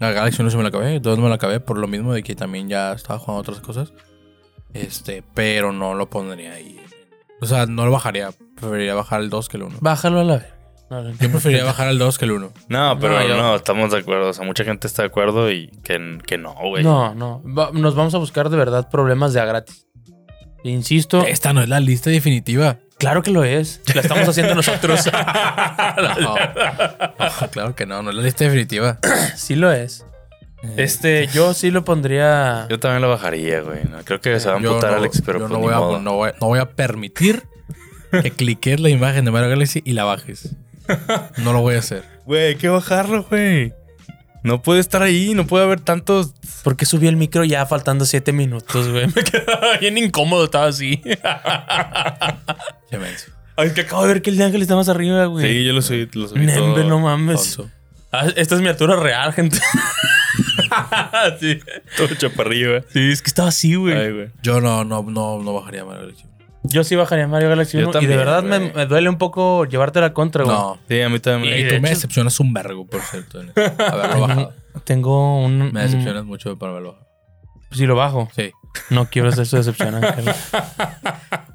S4: La Galaxy 1 sí me la acabé, 2 me la acabé por lo mismo de que también ya estaba jugando otras cosas. Este, pero no lo pondría ahí. O sea, no lo bajaría, preferiría bajar el 2 que el 1.
S3: Bájalo a la vez. No, no,
S4: Yo preferiría bajar el 2 que el 1.
S2: No, pero
S3: No,
S2: no,
S3: yo-
S2: estamos de acuerdo. O sea, mucha gente está de acuerdo y que, que no, güey.
S3: no, no. Va- nos vamos a buscar de verdad problemas de a gratis. Insisto,
S4: Esta no es la lista definitiva.
S3: claro que lo es. La estamos haciendo nosotros.
S4: No. No, claro que no, no es la lista definitiva.
S3: sí lo es.
S4: Eh.
S3: Este, yo sí lo pondría.
S2: Yo también lo bajaría, güey. No, creo que se va a
S4: Yo
S2: amputar
S4: no-
S2: Alex, pero
S4: yo
S2: pues
S4: no,
S2: ni
S4: voy a,
S2: modo.
S4: no voy- no voy a permitir que cliques la imagen de Mario Galaxy y la bajes. No lo voy a hacer.
S2: Güey, hay que bajarlo, güey. No puede estar ahí, no puede haber tantos.
S3: ¿Por qué subí el micro ya faltando siete minutos, güey? Me quedaba bien incómodo, estaba así.
S4: Demenso.
S3: Ay, que acabo de ver que el de Ángel está más arriba, güey.
S2: Sí, yo lo subí, lo subí
S3: Nembe,
S2: todo.
S3: no mames.
S4: Tonto.
S3: Ah, esta es mi altura real, gente. sí.
S2: Todo chaparrillo, güey.
S3: Sí, es que estaba así,
S2: Ay,
S3: güey.
S2: güey.
S4: Yo no, no, no, no bajaría Mario Galaxy.
S3: Yo sí bajaría Mario Galaxy
S2: Yo
S3: 1 y de
S2: también,
S3: verdad me,
S2: güey.
S3: me duele un poco llevarte la contra, güey.
S4: No.
S2: Sí, a mí también.
S4: Y
S3: de
S4: tú
S3: hecho-
S4: me decepcionas un vergo, por cierto. en- Haberlo bajado.
S3: Tengo un...
S2: Mm.
S4: Me decepcionas mucho por haberlo bajado.
S3: un- Si lo bajo.
S4: Sí.
S3: No quiero ser su decepción, Ángel.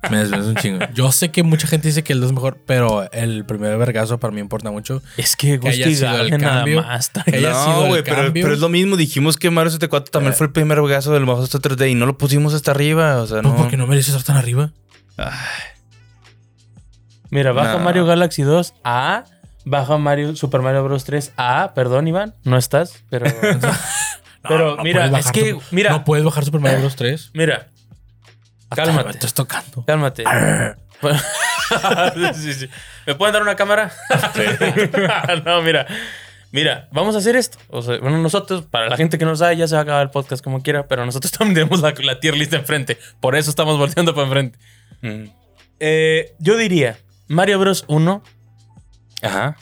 S4: Me decepcionas un chingo. Yo sé que mucha gente dice que el 2 es mejor, pero el primer vergazo para mí importa mucho.
S3: Es que
S4: Que haya
S3: Gusti
S4: sido el
S3: Gale nada
S4: cambio.
S3: más. está
S4: Que haya sido
S2: No,
S4: el
S2: güey, pero,
S4: cambio.
S2: pero es lo mismo. Dijimos que Mario 74 también
S4: Eh.
S2: fue el primer regazo del Majo 3D y no lo pusimos hasta arriba. O sea,
S4: No,
S2: no.
S4: porque no merece estar tan arriba.
S3: Mira, baja
S2: Nah.
S3: Mario Galaxy 2 a A, baja Mario Super Mario Bros 3 a A, perdón Iván, no estás, pero
S4: No,
S3: Pero
S4: Ah, no
S3: mira,
S4: puedes
S3: es
S4: bajar
S3: que,
S4: tu-
S3: mira.
S4: No puedes bajar Super Mario Bros. 3.
S3: mira,
S4: Hasta
S3: Cálmate.
S4: Me estás tocando.
S3: cálmate. Bueno, sí, sí. ¿Me pueden dar una cámara? no, mira. Mira, vamos a hacer esto. O sea, bueno, nosotros, para la gente que no sabe, ya se va a acabar el podcast como quiera, pero nosotros también tenemos la, la tier list enfrente. Por eso estamos volteando para enfrente.
S2: Mm.
S3: Eh, yo diría Mario Bros 1,
S2: Ajá.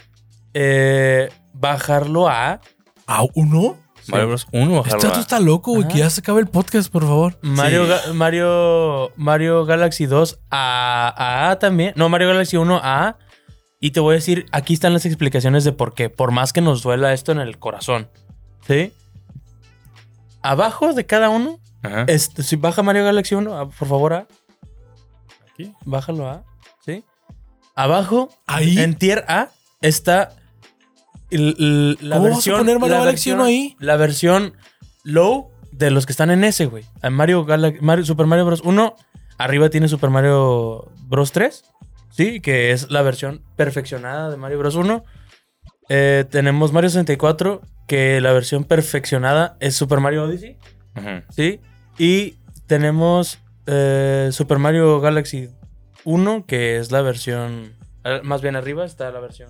S3: eh, bajarlo a A,
S4: ¿A uno?
S2: Mario Bros. 1
S4: Este
S2: bajarlo.
S4: dato
S2: a-
S4: está loco, güey.
S3: Ajá.
S4: Que ya se acabe el podcast, por favor.
S3: Mario, Ga- Mario, Mario Galaxy 2 a, a A también. No, Mario Galaxy 1 a A. Y te voy a decir, aquí están las explicaciones de por qué. Por más que nos duela esto en el corazón. ¿Sí? Abajo de cada uno.
S2: Ajá.
S4: Eh.
S3: este, si baja Mario Galaxy 1, a- por favor, A.
S2: Aquí.
S3: Bájalo a. ¿Sí? Abajo,
S4: Ahí.
S3: en tier A, está el- el- la
S4: ¿Cómo vas a
S3: versión.
S4: poner Mario
S3: la
S4: Galaxy
S3: versión-
S4: 1 ahí?
S3: La versión low de los que están en ese, güey. A Mario, Gala- Mario- Super Mario Bros. 1, arriba tiene Super Mario Bros. 3, ¿sí? Que es la versión perfeccionada de Mario Bros. 1. Eh, tenemos Mario 64, que la versión perfeccionada es Super Mario Odyssey, ¿sí? Y tenemos eh, Super Mario Galaxy 1, que es la versión... eh, Más bien arriba está la versión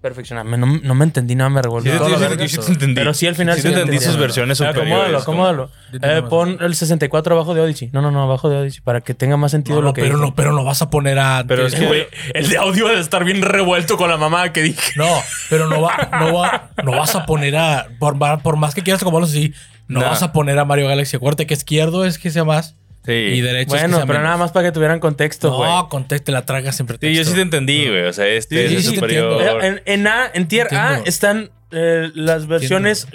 S3: perfeccionada. Me- No, no me entendí nada, me revolvió.
S2: Sí,
S3: toda
S2: sí,
S3: la
S2: sí,
S3: verga.
S2: sí, sí te entendí.
S3: Pero sí, al final
S2: Sí te
S3: sí
S2: Ah,
S3: lo
S2: entendí sus
S3: entendí. Ah,
S2: versiones
S3: Acomódalo,
S2: superiores.
S3: acomódalo.
S4: Yo tengo
S3: Eh,
S4: más
S3: pon el 64 abajo de Odyssey. No, no, no, abajo de Odyssey para que tenga más sentido
S4: No,
S3: lo
S4: no,
S3: que.
S4: pero
S3: dije.
S4: no, pero lo vas a poner a.
S2: Pero es que-
S3: Güey, el de audio debe estar bien revuelto con la mamá que dije.
S4: No, pero no va, no va, no vas a poner a. Por, ma- por más que quieras acomodarlo así, no
S2: Nah.
S4: vas a poner a Mario Galaxy. Acuérdate que izquierdo es que sea más
S2: Sí.
S4: y derecho es que
S3: Bueno,
S4: sea
S3: pero
S4: menos.
S3: nada más para que tuvieran contexto, güey.
S4: No, contexte, la traga siempre.
S2: Sí, yo sí te entendí, güey. O sea,
S4: Sí,
S2: este
S4: sí,
S2: es
S4: sí,
S2: el
S4: te entiendo.
S2: superior.
S3: Eh, En, en A, en tier A
S4: Entiendo.
S3: están eh, las versiones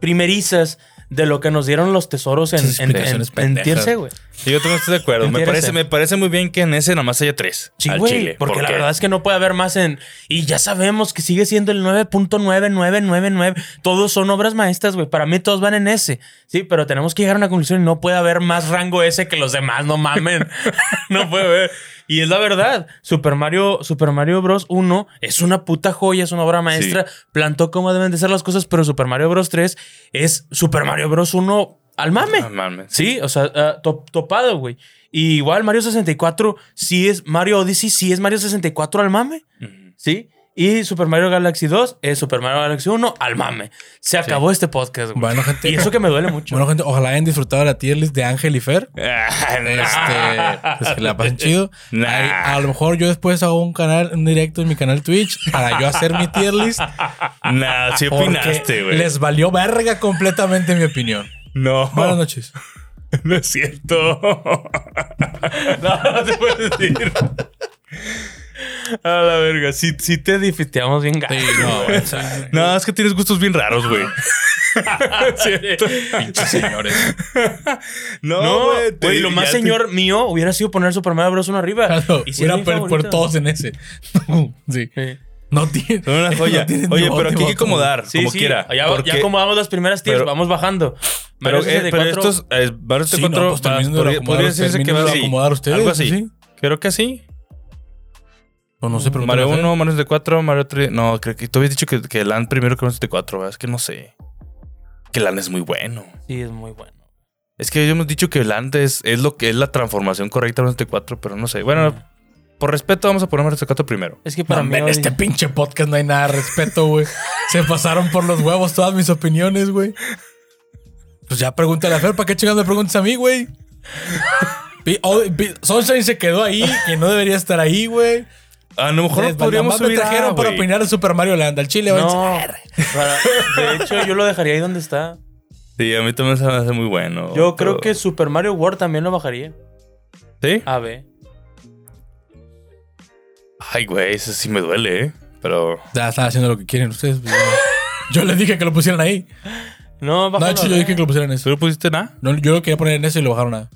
S3: primerizas de lo que nos dieron los tesoros en,
S4: Esas
S3: en- en-
S4: explicaciones
S3: en
S4: pendejas.
S3: tier C, güey.
S2: Sí, yo también estoy de acuerdo. Me
S3: Entiéndase.
S2: parece, me parece muy bien que en ese nada más haya tres.
S3: Sí,
S2: al
S3: güey,
S2: Chile.
S3: porque la verdad es que no puede haber más en... Y ya sabemos que sigue siendo el 9.9999. Todos son obras maestras, güey. Para mí todos van en ese. Sí, pero tenemos que llegar a una conclusión y no puede haber más rango ese que los demás. No mamen. no puede haber. Y es la verdad. Super Mario, Super Mario Bros. 1 es una puta joya, es una obra maestra. Plantó cómo deben de ser las cosas, pero Super Mario Bros. 3 es Super Mario Bros. 1 al mame.
S2: No mames.
S3: Sí, o sea, ah, top- topado, güey. Y igual Mario 64 sí es Mario Odyssey, sí es Mario 64 al mame,
S2: Ujú.
S3: ¿sí? Y Super Mario Galaxy 2 es Super Mario Galaxy 1 al mame. Se acabó este podcast, güey.
S4: Bueno, gente.
S3: Y eso que me duele mucho.
S4: Bueno, gente, ojalá hayan disfrutado de la tier list de Ángel y Fer.
S2: Ah, no.
S4: Este, pues que la pasen chido.
S2: Nah.
S4: Ahí, a lo mejor yo después hago un canal, un directo en mi canal Twitch para yo hacer mi tier list.
S2: Nah, sí
S4: Porque
S2: opinaste, güey. Oh.
S4: les valió verga completamente mi opinión.
S2: No,
S4: Buenas noches.
S2: no es cierto. no, no te puedes decir. A la verga, sí, sí te difícil.
S3: Festeamos bien gato.
S4: Sí, no, o sea,
S2: No, es que tienes gustos bien raros, güey.
S4: pinches señores.
S3: No,
S2: güey, te-
S3: güey, lo más
S2: ya te-
S3: señor mío hubiera sido poner Super Mario Bros. 1 arriba.
S4: Claro,
S3: Y si era
S4: Fuera
S3: mi
S4: por, por
S3: favorito.
S4: todos en ese. sí.
S3: Sí.
S4: No tiene.
S2: Son una joya.
S4: no tienen
S2: Oye,
S4: ni
S2: pero aquí
S4: voto,
S2: hay que
S4: voto.
S2: acomodar,
S3: Sí,
S2: como
S3: sí.
S2: quiera.
S3: Ya,
S2: porque-
S3: ya acomodamos las primeras tiers,
S2: pero-
S3: vamos bajando.
S2: Pero,
S3: Mario
S2: eh, pero
S3: 64
S2: estos eh, Mario
S4: Sí,
S2: 64
S4: no, pues,
S2: va-
S4: terminen de
S2: podría,
S4: acomodar-
S2: podría decirse que
S4: terminen
S2: va
S4: de
S2: así,
S4: acomodar ustedes,
S2: Algo así.
S4: ¿sí?
S2: Creo que sí.
S4: Pues no sé, pero
S2: Mario 1, Mario 64, Mario 3. No, creo que tú habías dicho que, que LAN primero que Mario 64, ¿verdad? Es que no sé. Que LAN es muy bueno.
S3: Sí, es muy bueno.
S2: Es que hemos dicho que LAN es, es lo que es la transformación correcta de Mario 64, pero no sé. Bueno, por respeto vamos a poner Mario 64 primero.
S3: Es que para
S4: Para
S3: mí...
S4: en este pinche podcast no hay nada de respeto, güey. Se pasaron por los huevos todas mis opiniones, güey. Pues ya pregúntale a Fer, ¿para qué chingados me preguntas a mí, güey? Pi- oh, pi- Sunshine se quedó ahí, que no debería estar ahí, güey.
S2: A lo mejor nos
S4: Desde
S2: podríamos
S4: Balamat me
S2: subir a,
S4: trajeron para
S2: güey.
S4: opinar de Super Mario Land. Al chile,
S3: No,
S4: güey.
S3: para- de hecho, yo lo dejaría ahí donde está.
S2: Sí, a mí también se me hace muy bueno.
S3: Yo creo
S2: pero-
S3: que Super Mario World también lo bajaría.
S2: ¿Sí?
S3: A ver.
S2: Ay, güey, eso sí me duele, ¿eh? Pero...
S4: Ya están haciendo lo que quieren ustedes. pues, ya. yo les dije que lo pusieran ahí.
S3: No,
S4: No,
S3: bájalo.
S4: de hecho, yo dije que lo pusieran en eso.
S2: ¿Tú no pusiste nada?
S4: No, yo lo quería poner en eso y lo bajaron a.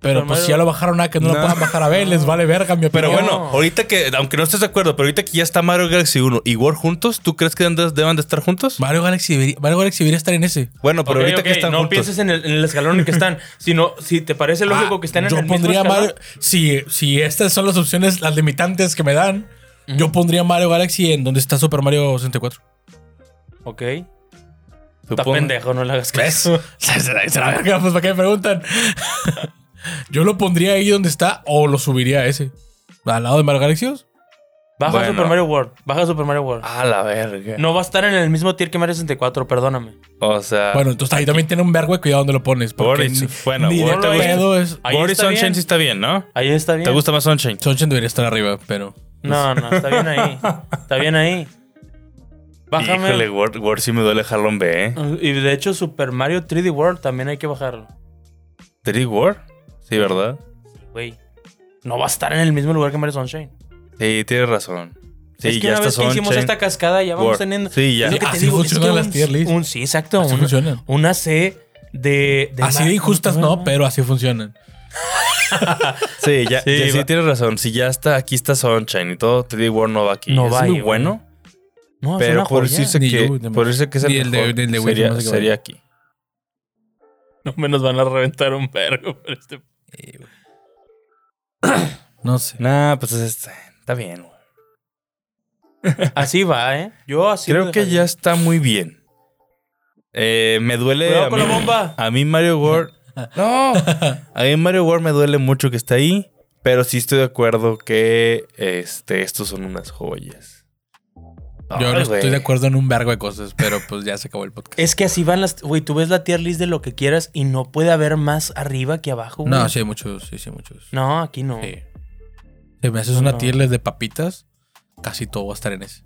S4: Pero
S3: Pero
S4: pues
S3: Mario-
S4: si ya lo bajaron a que no,
S2: No.
S4: lo puedan bajar a ver, les vale verga mi opinión.
S2: Pero
S3: No.
S2: bueno, ahorita que, aunque no estés de acuerdo, pero ahorita que ya está Mario Galaxy 1 y War juntos, ¿tú crees que andas- deban de estar juntos?
S4: Mario Galaxy debería, Mario Galaxy debería estar en ese.
S2: Bueno, pero
S3: Ok,
S2: ahorita
S3: ok,
S2: que están
S3: no
S2: juntos.
S3: pienses en el, en el escalón en el que están, sino si te parece lógico
S4: Ah,
S3: que estén en
S4: yo
S3: el mismo
S4: pondría
S3: escalón.
S4: Mario. Si, si estas son las opciones, las limitantes que me dan, yo pondría Mario Galaxy en donde está Super Mario 64.
S3: Ok. Está
S2: supongo.
S3: pendejo, no le hagas
S4: ¿Ves?
S3: caso.
S4: Se- se- se la verga, pues para qué me preguntan. yo lo pondría ahí donde está o lo subiría a ese. Al lado de Mario Galaxy.
S3: Baja
S2: Bueno.
S3: Super Mario World. Baja Super Mario
S4: Ah,
S3: World.
S2: A la verga.
S3: No va a estar en el mismo tier que Mario 64, perdóname.
S2: O
S3: Ah.
S2: sea,
S4: Bueno, entonces ahí también tiene un vergo de cuidado donde lo pones. Porque
S2: Boris,
S4: ni-
S2: bueno,
S4: ni de
S2: Boris, ¿te
S4: pedo es.
S3: Ahí
S2: Boris
S3: está bien.
S2: Sunshine sí está bien, ¿no?
S3: Ahí está bien.
S2: ¿Te gusta más Sunshine?
S4: Sunshine debería estar arriba, pero.
S3: No, no, está bien ahí. Está bien ahí. Bájame.
S2: Híjole, Word, Word sí me duele jalón B, ¿eh?
S3: Y de hecho, Super Mario 3D World también hay que bajarlo.
S2: ¿Three Word? Sí, ¿verdad?
S3: Güey. No va a estar en el mismo lugar que Mario Sunshine.
S2: Sí, tienes razón. Sí,
S3: es que
S2: ya
S3: una
S2: está
S3: vez que hicimos
S2: Sunshine.
S3: esta cascada ya vamos
S2: Word.
S3: teniendo.
S2: Sí, ya.
S3: Es lo que
S4: Así
S3: te digo, es
S4: funcionan
S3: que
S4: las
S3: un-
S4: tier lists.
S3: un- sí, exacto.
S4: Así
S3: Una,
S4: funcionan.
S3: una C de. de
S4: Así
S3: ma-
S4: de injustas no, pero así funcionan.
S2: Sí, ya,
S3: Sí,
S2: ya- sí,
S3: va.
S2: tienes razón. Si ya está, aquí está Sunshine y todo, Three Word no va aquí.
S3: No
S2: es
S3: va ahí,
S2: muy
S3: güey.
S2: bueno.
S3: No, es
S2: Pero
S3: una
S2: por
S3: joya.
S2: decirse
S4: Ni
S2: que,
S4: yo, ni
S2: por decirse que es el
S4: Ni el de-
S2: mejor,
S4: del de Wii,
S2: sería,
S4: no sé qué
S2: sería aquí.
S3: No menos van a reventar un vergo por este.
S4: Eh, güey. No sé.
S2: Nah, pues este, está bien, güey.
S3: Así va, ¿eh? Yo así.
S2: Creo que ya está muy bien. Eh, me duele.
S3: Cuidado
S2: a
S3: con
S2: mí-
S3: la bomba.
S2: A mí Mario World. No. A mí Mario World me duele mucho que está ahí. Pero sí estoy de acuerdo que este, estos son unas joyas.
S4: Yo no
S2: Ay,
S4: estoy
S2: güey.
S4: de acuerdo en un vergo de cosas, pero pues ya se acabó el podcast.
S3: Es que así van las. Güey, tú ves la tier list de lo que quieras y no puede haber más arriba que abajo. güey.
S4: No, sí hay muchos, sí, sí hay muchos.
S3: No, aquí no.
S4: Sí. Si me haces una
S3: No.
S4: tier list de papitas, casi todo va a estar en ese.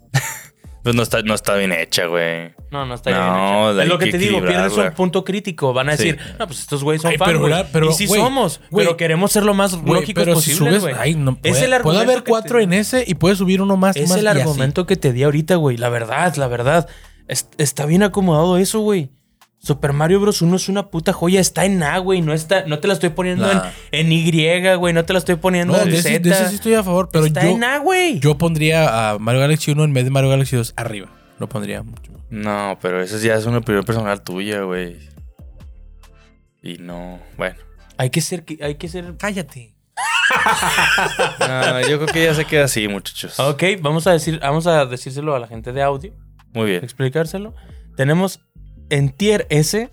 S2: Pues no está, no está bien hecha, güey.
S3: No, no está
S2: No,
S3: bien. hecho.
S2: hay
S3: Es lo que,
S2: que
S3: te digo, pierdes
S2: equilibrarla.
S3: un punto crítico. Van a
S2: Sí.
S3: decir, no, pues estos güeyes son
S4: Ay, pero,
S3: fanboys.
S4: ¿verdad? Pero,
S3: y sí
S4: güey,
S3: somos,
S4: güey.
S3: pero queremos ser lo más
S4: Güey,
S3: lógicos
S4: pero si
S3: posible,
S4: subes,
S3: güey.
S4: ay, no
S3: Es
S4: puede-
S3: el
S4: puede
S3: argumento
S4: haber
S3: que
S4: cuatro
S3: te-
S4: en ese y puede subir uno más.
S3: Es
S4: más,
S3: el
S4: y así.
S3: argumento que te di ahorita, güey. La verdad, la verdad. Es- está bien acomodado eso, güey. Super Mario Bros. 1 es una puta joya. Está en A, güey. No, está, no te la estoy poniendo
S4: Nah.
S3: en, en Y, güey. No te la estoy poniendo
S4: No,
S3: en
S4: de ese, de
S3: Z.
S4: ese sí estoy a favor, pero
S3: está en
S4: yo,
S3: A, güey.
S4: yo pondría a Mario Galaxy 1 en vez de Mario Galaxy 2 arriba. Lo pondría mucho más.
S2: No, pero eso ya es una opinión personal tuya, güey. Y no, bueno.
S3: Hay que ser... Hay que ser...
S4: Cállate.
S2: No, yo creo que ya se queda así, muchachos.
S3: Ok, vamos a, decir, vamos a decírselo a la gente de audio.
S2: Muy bien.
S3: explicárselo. Tenemos en tier S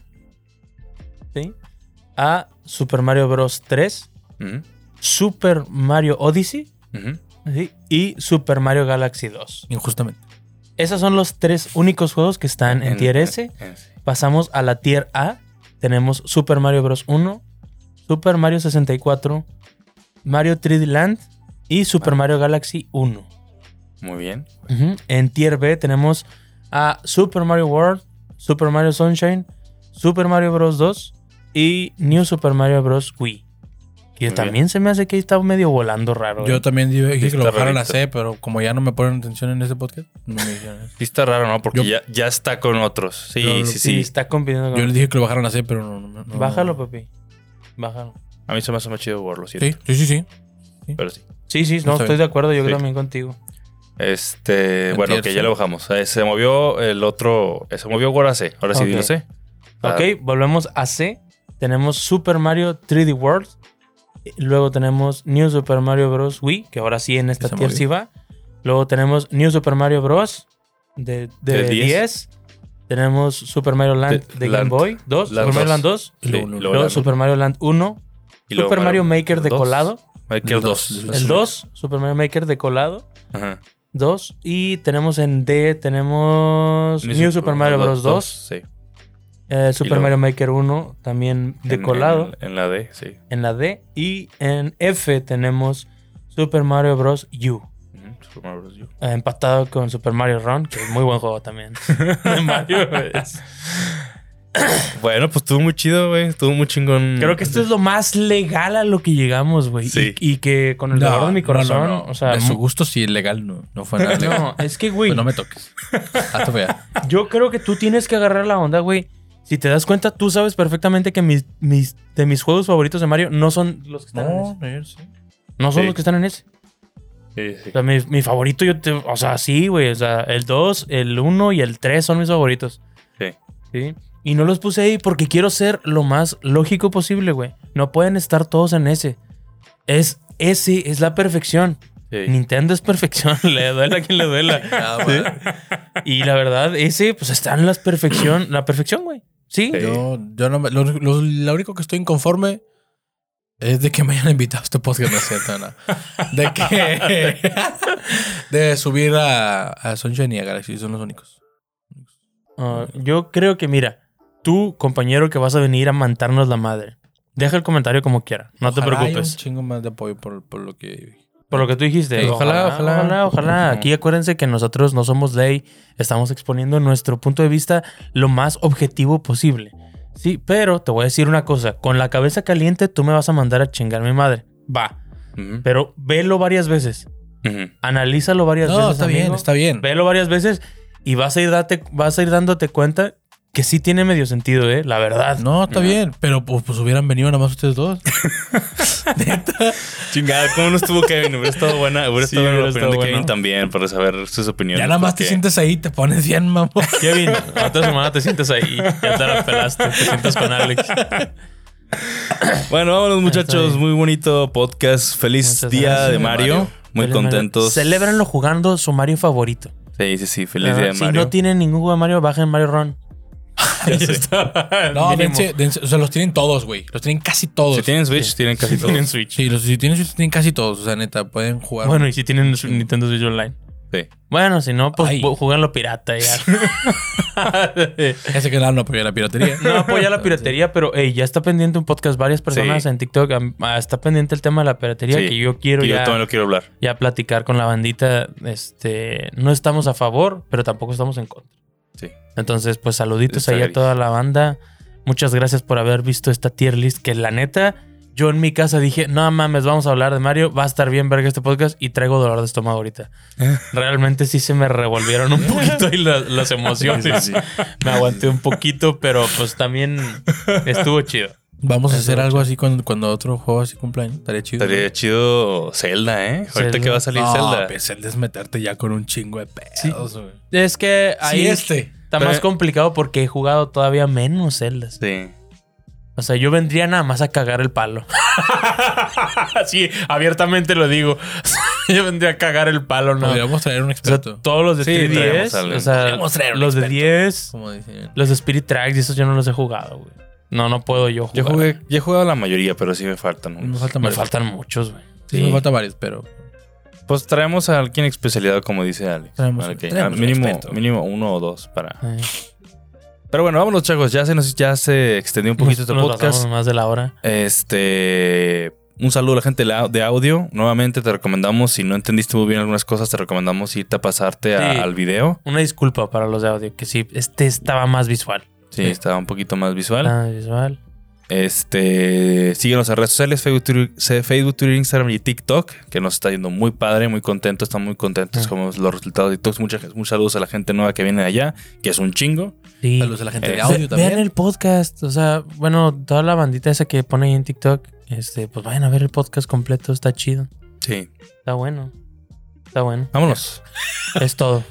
S3: ¿sí? a Super Mario Bros. 3,
S2: Ujú,
S3: Super Mario Odyssey
S2: ujú.
S3: ¿sí? y Super Mario Galaxy 2.
S4: Injustamente.
S3: Esos son los tres únicos juegos que están en, tier S.
S2: en- sí.
S3: Pasamos a la tier A. Tenemos Super Mario Bros. 1, Super Mario 64, Mario 3D Land y Super Mario Galaxy 1.
S2: Muy bien.
S3: Ujú. En tier B tenemos a Super Mario World, Super Mario Sunshine, Super Mario Bros. 2 y New Super Mario Bros. Wii. Que
S2: Muy
S3: también se me hace que está medio volando raro.
S4: Yo
S3: eh.
S4: también dije que lo
S2: Está
S4: bajaran a
S2: rarito.
S4: C, pero como ya no me ponen atención en ese podcast, no me dijeron eso.
S2: Sí está raro, ¿no? Porque
S4: Yo-
S2: ya, ya está con otros. Sí,
S4: Yo lo-
S2: sí,
S3: sí,
S2: sí,
S3: está compitiendo con-
S4: Yo les dije que lo bajaran a C, pero no. no, no.
S3: Bájalo, papi. Bájalo.
S2: A mí se me hace más chido World, lo siento.
S4: Sí, sí, sí. sí.
S2: Pero sí.
S3: Sí, sí, no,
S4: Está bien.
S3: estoy de acuerdo. Yo
S2: Sí.
S3: también contigo.
S2: Este,
S4: En
S2: bueno,
S4: tier,
S2: que
S4: sí.
S2: ya lo bajamos. Eh, se movió el otro, eh, se movió World a C. Ahora sí,
S3: Ok.
S2: dilo C. Ah,
S3: Ok, volvemos a C. Tenemos Super Mario 3D World. Luego tenemos New Super Mario Bros. Wii, que ahora sí en esta
S4: Esa
S3: tier
S4: movió.
S3: sí va. Luego tenemos New Super Mario Bros. de, de
S2: De
S3: 10.
S2: 10.
S3: Tenemos Super Mario Land de,
S2: De-
S3: Game
S2: Land.
S3: Boy 2.
S2: Land
S3: Super Mario Land 2.
S4: Y luego uno.
S2: y
S4: Luego
S3: Luego
S2: la-
S3: Super Mario Land 1.
S2: y luego
S3: Super Mario Maker de
S2: dos.
S3: colado.
S2: Maker
S4: El
S2: 2.
S4: dos.
S3: El 2. Super Mario Maker de colado. 2. Y tenemos en D. Tenemos New Super Mario Bros. 2.
S2: Sí.
S3: eh, Super
S2: luego-
S3: Mario Maker 1 también de
S2: En-
S3: colado.
S2: En, en la D, sí.
S3: en la D. Y en F tenemos Super Mario Bros. U.
S2: Ujú, Super Mario Bros. U.
S3: eh, Empatado con Super Mario Run, que es muy buen juego también. De Mario, es-
S2: Bueno, pues estuvo muy chido, güey. Estuvo muy chingón.
S3: Creo que esto es lo más legal a lo que llegamos, güey.
S2: Sí.
S3: Y, y que con el dolor de mi corazón,
S4: no, no.
S3: o sea,
S4: de su gusto sí ilegal, no, no fue nada legal.
S3: no, es que, güey,
S4: Pues no me toques. Hazte para allá.
S3: yo creo que tú tienes que agarrar la onda, güey. Si te das cuenta, tú sabes perfectamente que mis, mis, de mis juegos favoritos de Mario no son los que están en ese. No son
S2: Sí.
S3: los que están en ese.
S2: Sí, sí.
S3: O sea, mi, mi favorito, yo te- o sea, sí, güey. O sea, el 2, el 1 y el 3 son mis favoritos.
S2: Sí.
S3: Sí. Y no los puse ahí porque quiero ser lo más lógico posible, güey. No pueden estar todos en ese. Es ese, es la perfección.
S2: Sí.
S3: Nintendo es perfección, le duela a quien le duela.
S4: Nada más.
S3: Y la verdad, ese, pues está en la perfección, la perfección, güey. Sí.
S2: Sí.
S4: Yo, yo no me, lo, lo- lo único que estoy inconforme es de que me hayan invitado a este podcast, no es cierto, no. De que. de subir a, a Sunshine y a Galaxy, son los únicos.
S3: Ah, yo creo que, mira, tú, compañero, que vas a venir a mantarnos la madre. Deja el comentario como quiera, no te
S4: Ojalá haya
S3: preocupes.
S4: Un chingo más de apoyo por, por lo que.
S3: Por lo que tú dijiste.
S4: Sí,
S3: ojalá,
S4: ojalá,
S3: ojalá, ojalá,
S4: ojalá.
S3: Aquí acuérdense que nosotros no somos ley, estamos exponiendo nuestro punto de vista lo más objetivo posible. Sí, pero te voy a decir una cosa, con la cabeza caliente tú me vas a mandar a chingar mi madre. Va,
S2: Ujú.
S3: pero velo varias veces,
S2: Ujú.
S3: analízalo varias
S4: No,
S3: veces.
S4: está bien,
S3: amigo.
S4: está bien.
S3: Velo varias veces y vas a ir date, vas a ir dándote cuenta Que sí tiene medio sentido, ¿eh? La verdad.
S4: No, está bien, pero pues, pues hubieran venido nada más ustedes dos.
S3: pues,
S2: Chingada, ¿cómo no estuvo Kevin? Hubiera estado buena, hubiera
S3: Sí,
S2: estado buena la opinión
S3: hubiera estado
S2: de
S3: bueno.
S2: Kevin también para saber sus opiniones.
S4: ya nada más te
S2: porque-
S4: sientes ahí, te pones bien, mamón.
S3: Kevin, la otra semana te sientes ahí. Ya te la pelaste. Te sientas con Alex.
S2: Bueno, vámonos
S3: Está
S2: muchachos.
S3: bien.
S2: Muy bonito podcast. Feliz
S3: Muchas
S2: día
S3: gracias,
S2: de Mario.
S4: Mario.
S2: Muy
S3: Feliz
S2: contentos.
S3: Mario. Celébrenlo jugando su Mario favorito.
S2: Sí, sí, sí. Feliz
S3: Ajá.
S2: día de
S3: si
S2: Mario.
S3: no tienen ningún juego de Mario, bajen Mario Ron.
S2: Ya sé.
S4: No,
S3: Mínimo.
S4: dense, dense- o sea, los tienen todos, güey. Los tienen casi todos.
S2: Si tienen Switch, tienen casi todo.
S3: Tienen Switch.
S4: Sí, los si tienen Switch, tienen casi todos. O sea, neta, pueden jugar.
S3: Bueno, y si tienen su Nintendo Switch Online.
S2: Sí.
S3: Bueno, si no, pues
S4: Ay.
S3: bu- jueganlo pirata ya.
S4: Ya sé que no, no apoya la piratería.
S3: No apoya la piratería, pero ey, ya está pendiente un podcast. Varias personas
S2: Sí.
S3: en TikTok am- ah, está pendiente el tema de la piratería
S2: Sí.
S3: que yo quiero
S2: Y yo
S3: ya,
S2: también lo quiero hablar.
S3: ya platicar con la bandita. Este, no estamos a favor, pero tampoco estamos en contra.
S2: Sí.
S3: Entonces, pues saluditos
S2: Está
S3: ahí a
S2: gris.
S3: toda la banda. Muchas gracias por haber visto esta tier list que la neta yo en mi casa dije, no mames, vamos a hablar de Mario, va a estar bien verga este podcast y traigo dolor de estómago ahorita. Realmente sí se me revolvieron un poquito ahí las, las emociones. Me aguanté un poquito, pero pues también estuvo chido.
S4: Vamos a hacer algo así cuando, cuando otro juego así cumpleaños. Estaría chido.
S2: Estaría chido Zelda, ¿eh? Ahorita
S3: Zelda.
S2: que va a salir
S4: No,
S2: Zelda.
S4: pues, Zelda es meterte ya con un chingo de pedos, güey.
S3: Es que ahí
S4: Sí, este.
S3: está más
S2: Pero-
S3: complicado porque he jugado todavía menos celdas.
S2: Sí.
S3: O sea, yo vendría nada más a cagar el palo. Así, abiertamente lo digo. yo vendría a cagar el palo, ¿no?
S4: Podríamos traer un
S3: O sea,
S4: experto.
S3: todos los de
S2: Sí,
S3: 3DS,
S2: traemos a alguien.
S3: o sea,
S4: Podríamos traer un
S3: los de
S4: experto.
S3: 10,
S4: como dicen.
S3: los de Spirit Tracks, y esos yo no los he jugado, güey. No, no puedo yo
S2: Yo
S3: jugar.
S2: jugué, yo he jugado la mayoría, pero sí me faltan
S4: Nos
S2: unos.
S4: faltan
S3: Me
S4: varios.
S3: faltan muchos, güey.
S4: Sí, nos faltan varios, pero.
S2: Pues traemos a alguien especializado, como dice Alex.
S4: Traemos-
S2: Para que-
S4: traemos
S2: ah,
S4: un
S2: mínimo,
S4: experto.
S2: mínimo uno o dos para.
S3: Ay,
S2: Pero bueno, vámonos, chicos. Ya se nos ya se extendió un poquito
S3: nos-
S2: este
S3: nos
S2: podcast.
S3: pasamos más de la hora.
S2: Este. Un saludo a la gente de la- de audio. Nuevamente te recomendamos, si no entendiste muy bien algunas cosas, te recomendamos irte a pasarte a-
S3: Sí.
S2: al video.
S3: Una disculpa para los de audio, que sí, este estaba más visual.
S2: Sí,
S4: Sí.
S2: está un poquito más visual.
S3: Ah, visual.
S2: Este, síguenos en redes sociales, Facebook, Twitter, Facebook, Twitter, Instagram y TikTok, que nos está yendo muy padre, muy contentos, estamos muy contentos
S3: Ah.
S2: con los resultados de TikTok. Muchas, muchos saludos a la gente nueva que viene de allá, que es un chingo.
S3: Sí.
S4: Saludos a la gente
S2: Eh,
S4: de
S3: Ve-
S4: audio también.
S3: Vean el podcast. O sea, bueno, toda la bandita esa que pone ahí en TikTok, este, pues vayan a ver el podcast completo, está chido.
S2: Sí.
S3: Está bueno. Está bueno.
S2: Vámonos.
S3: Es todo.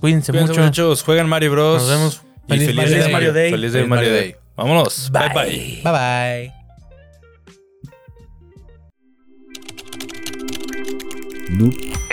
S3: Cuídense,
S2: Cuídense,
S3: mucho.
S2: muchachos. Juegan Mario Bros.
S3: Nos vemos.
S2: Y feliz, Mario, Day. Feliz Day,
S4: Feliz
S2: Mario
S4: Mario
S2: Day.
S4: Day.
S2: Vámonos. Bye bye.
S4: Bye bye.
S1: Noob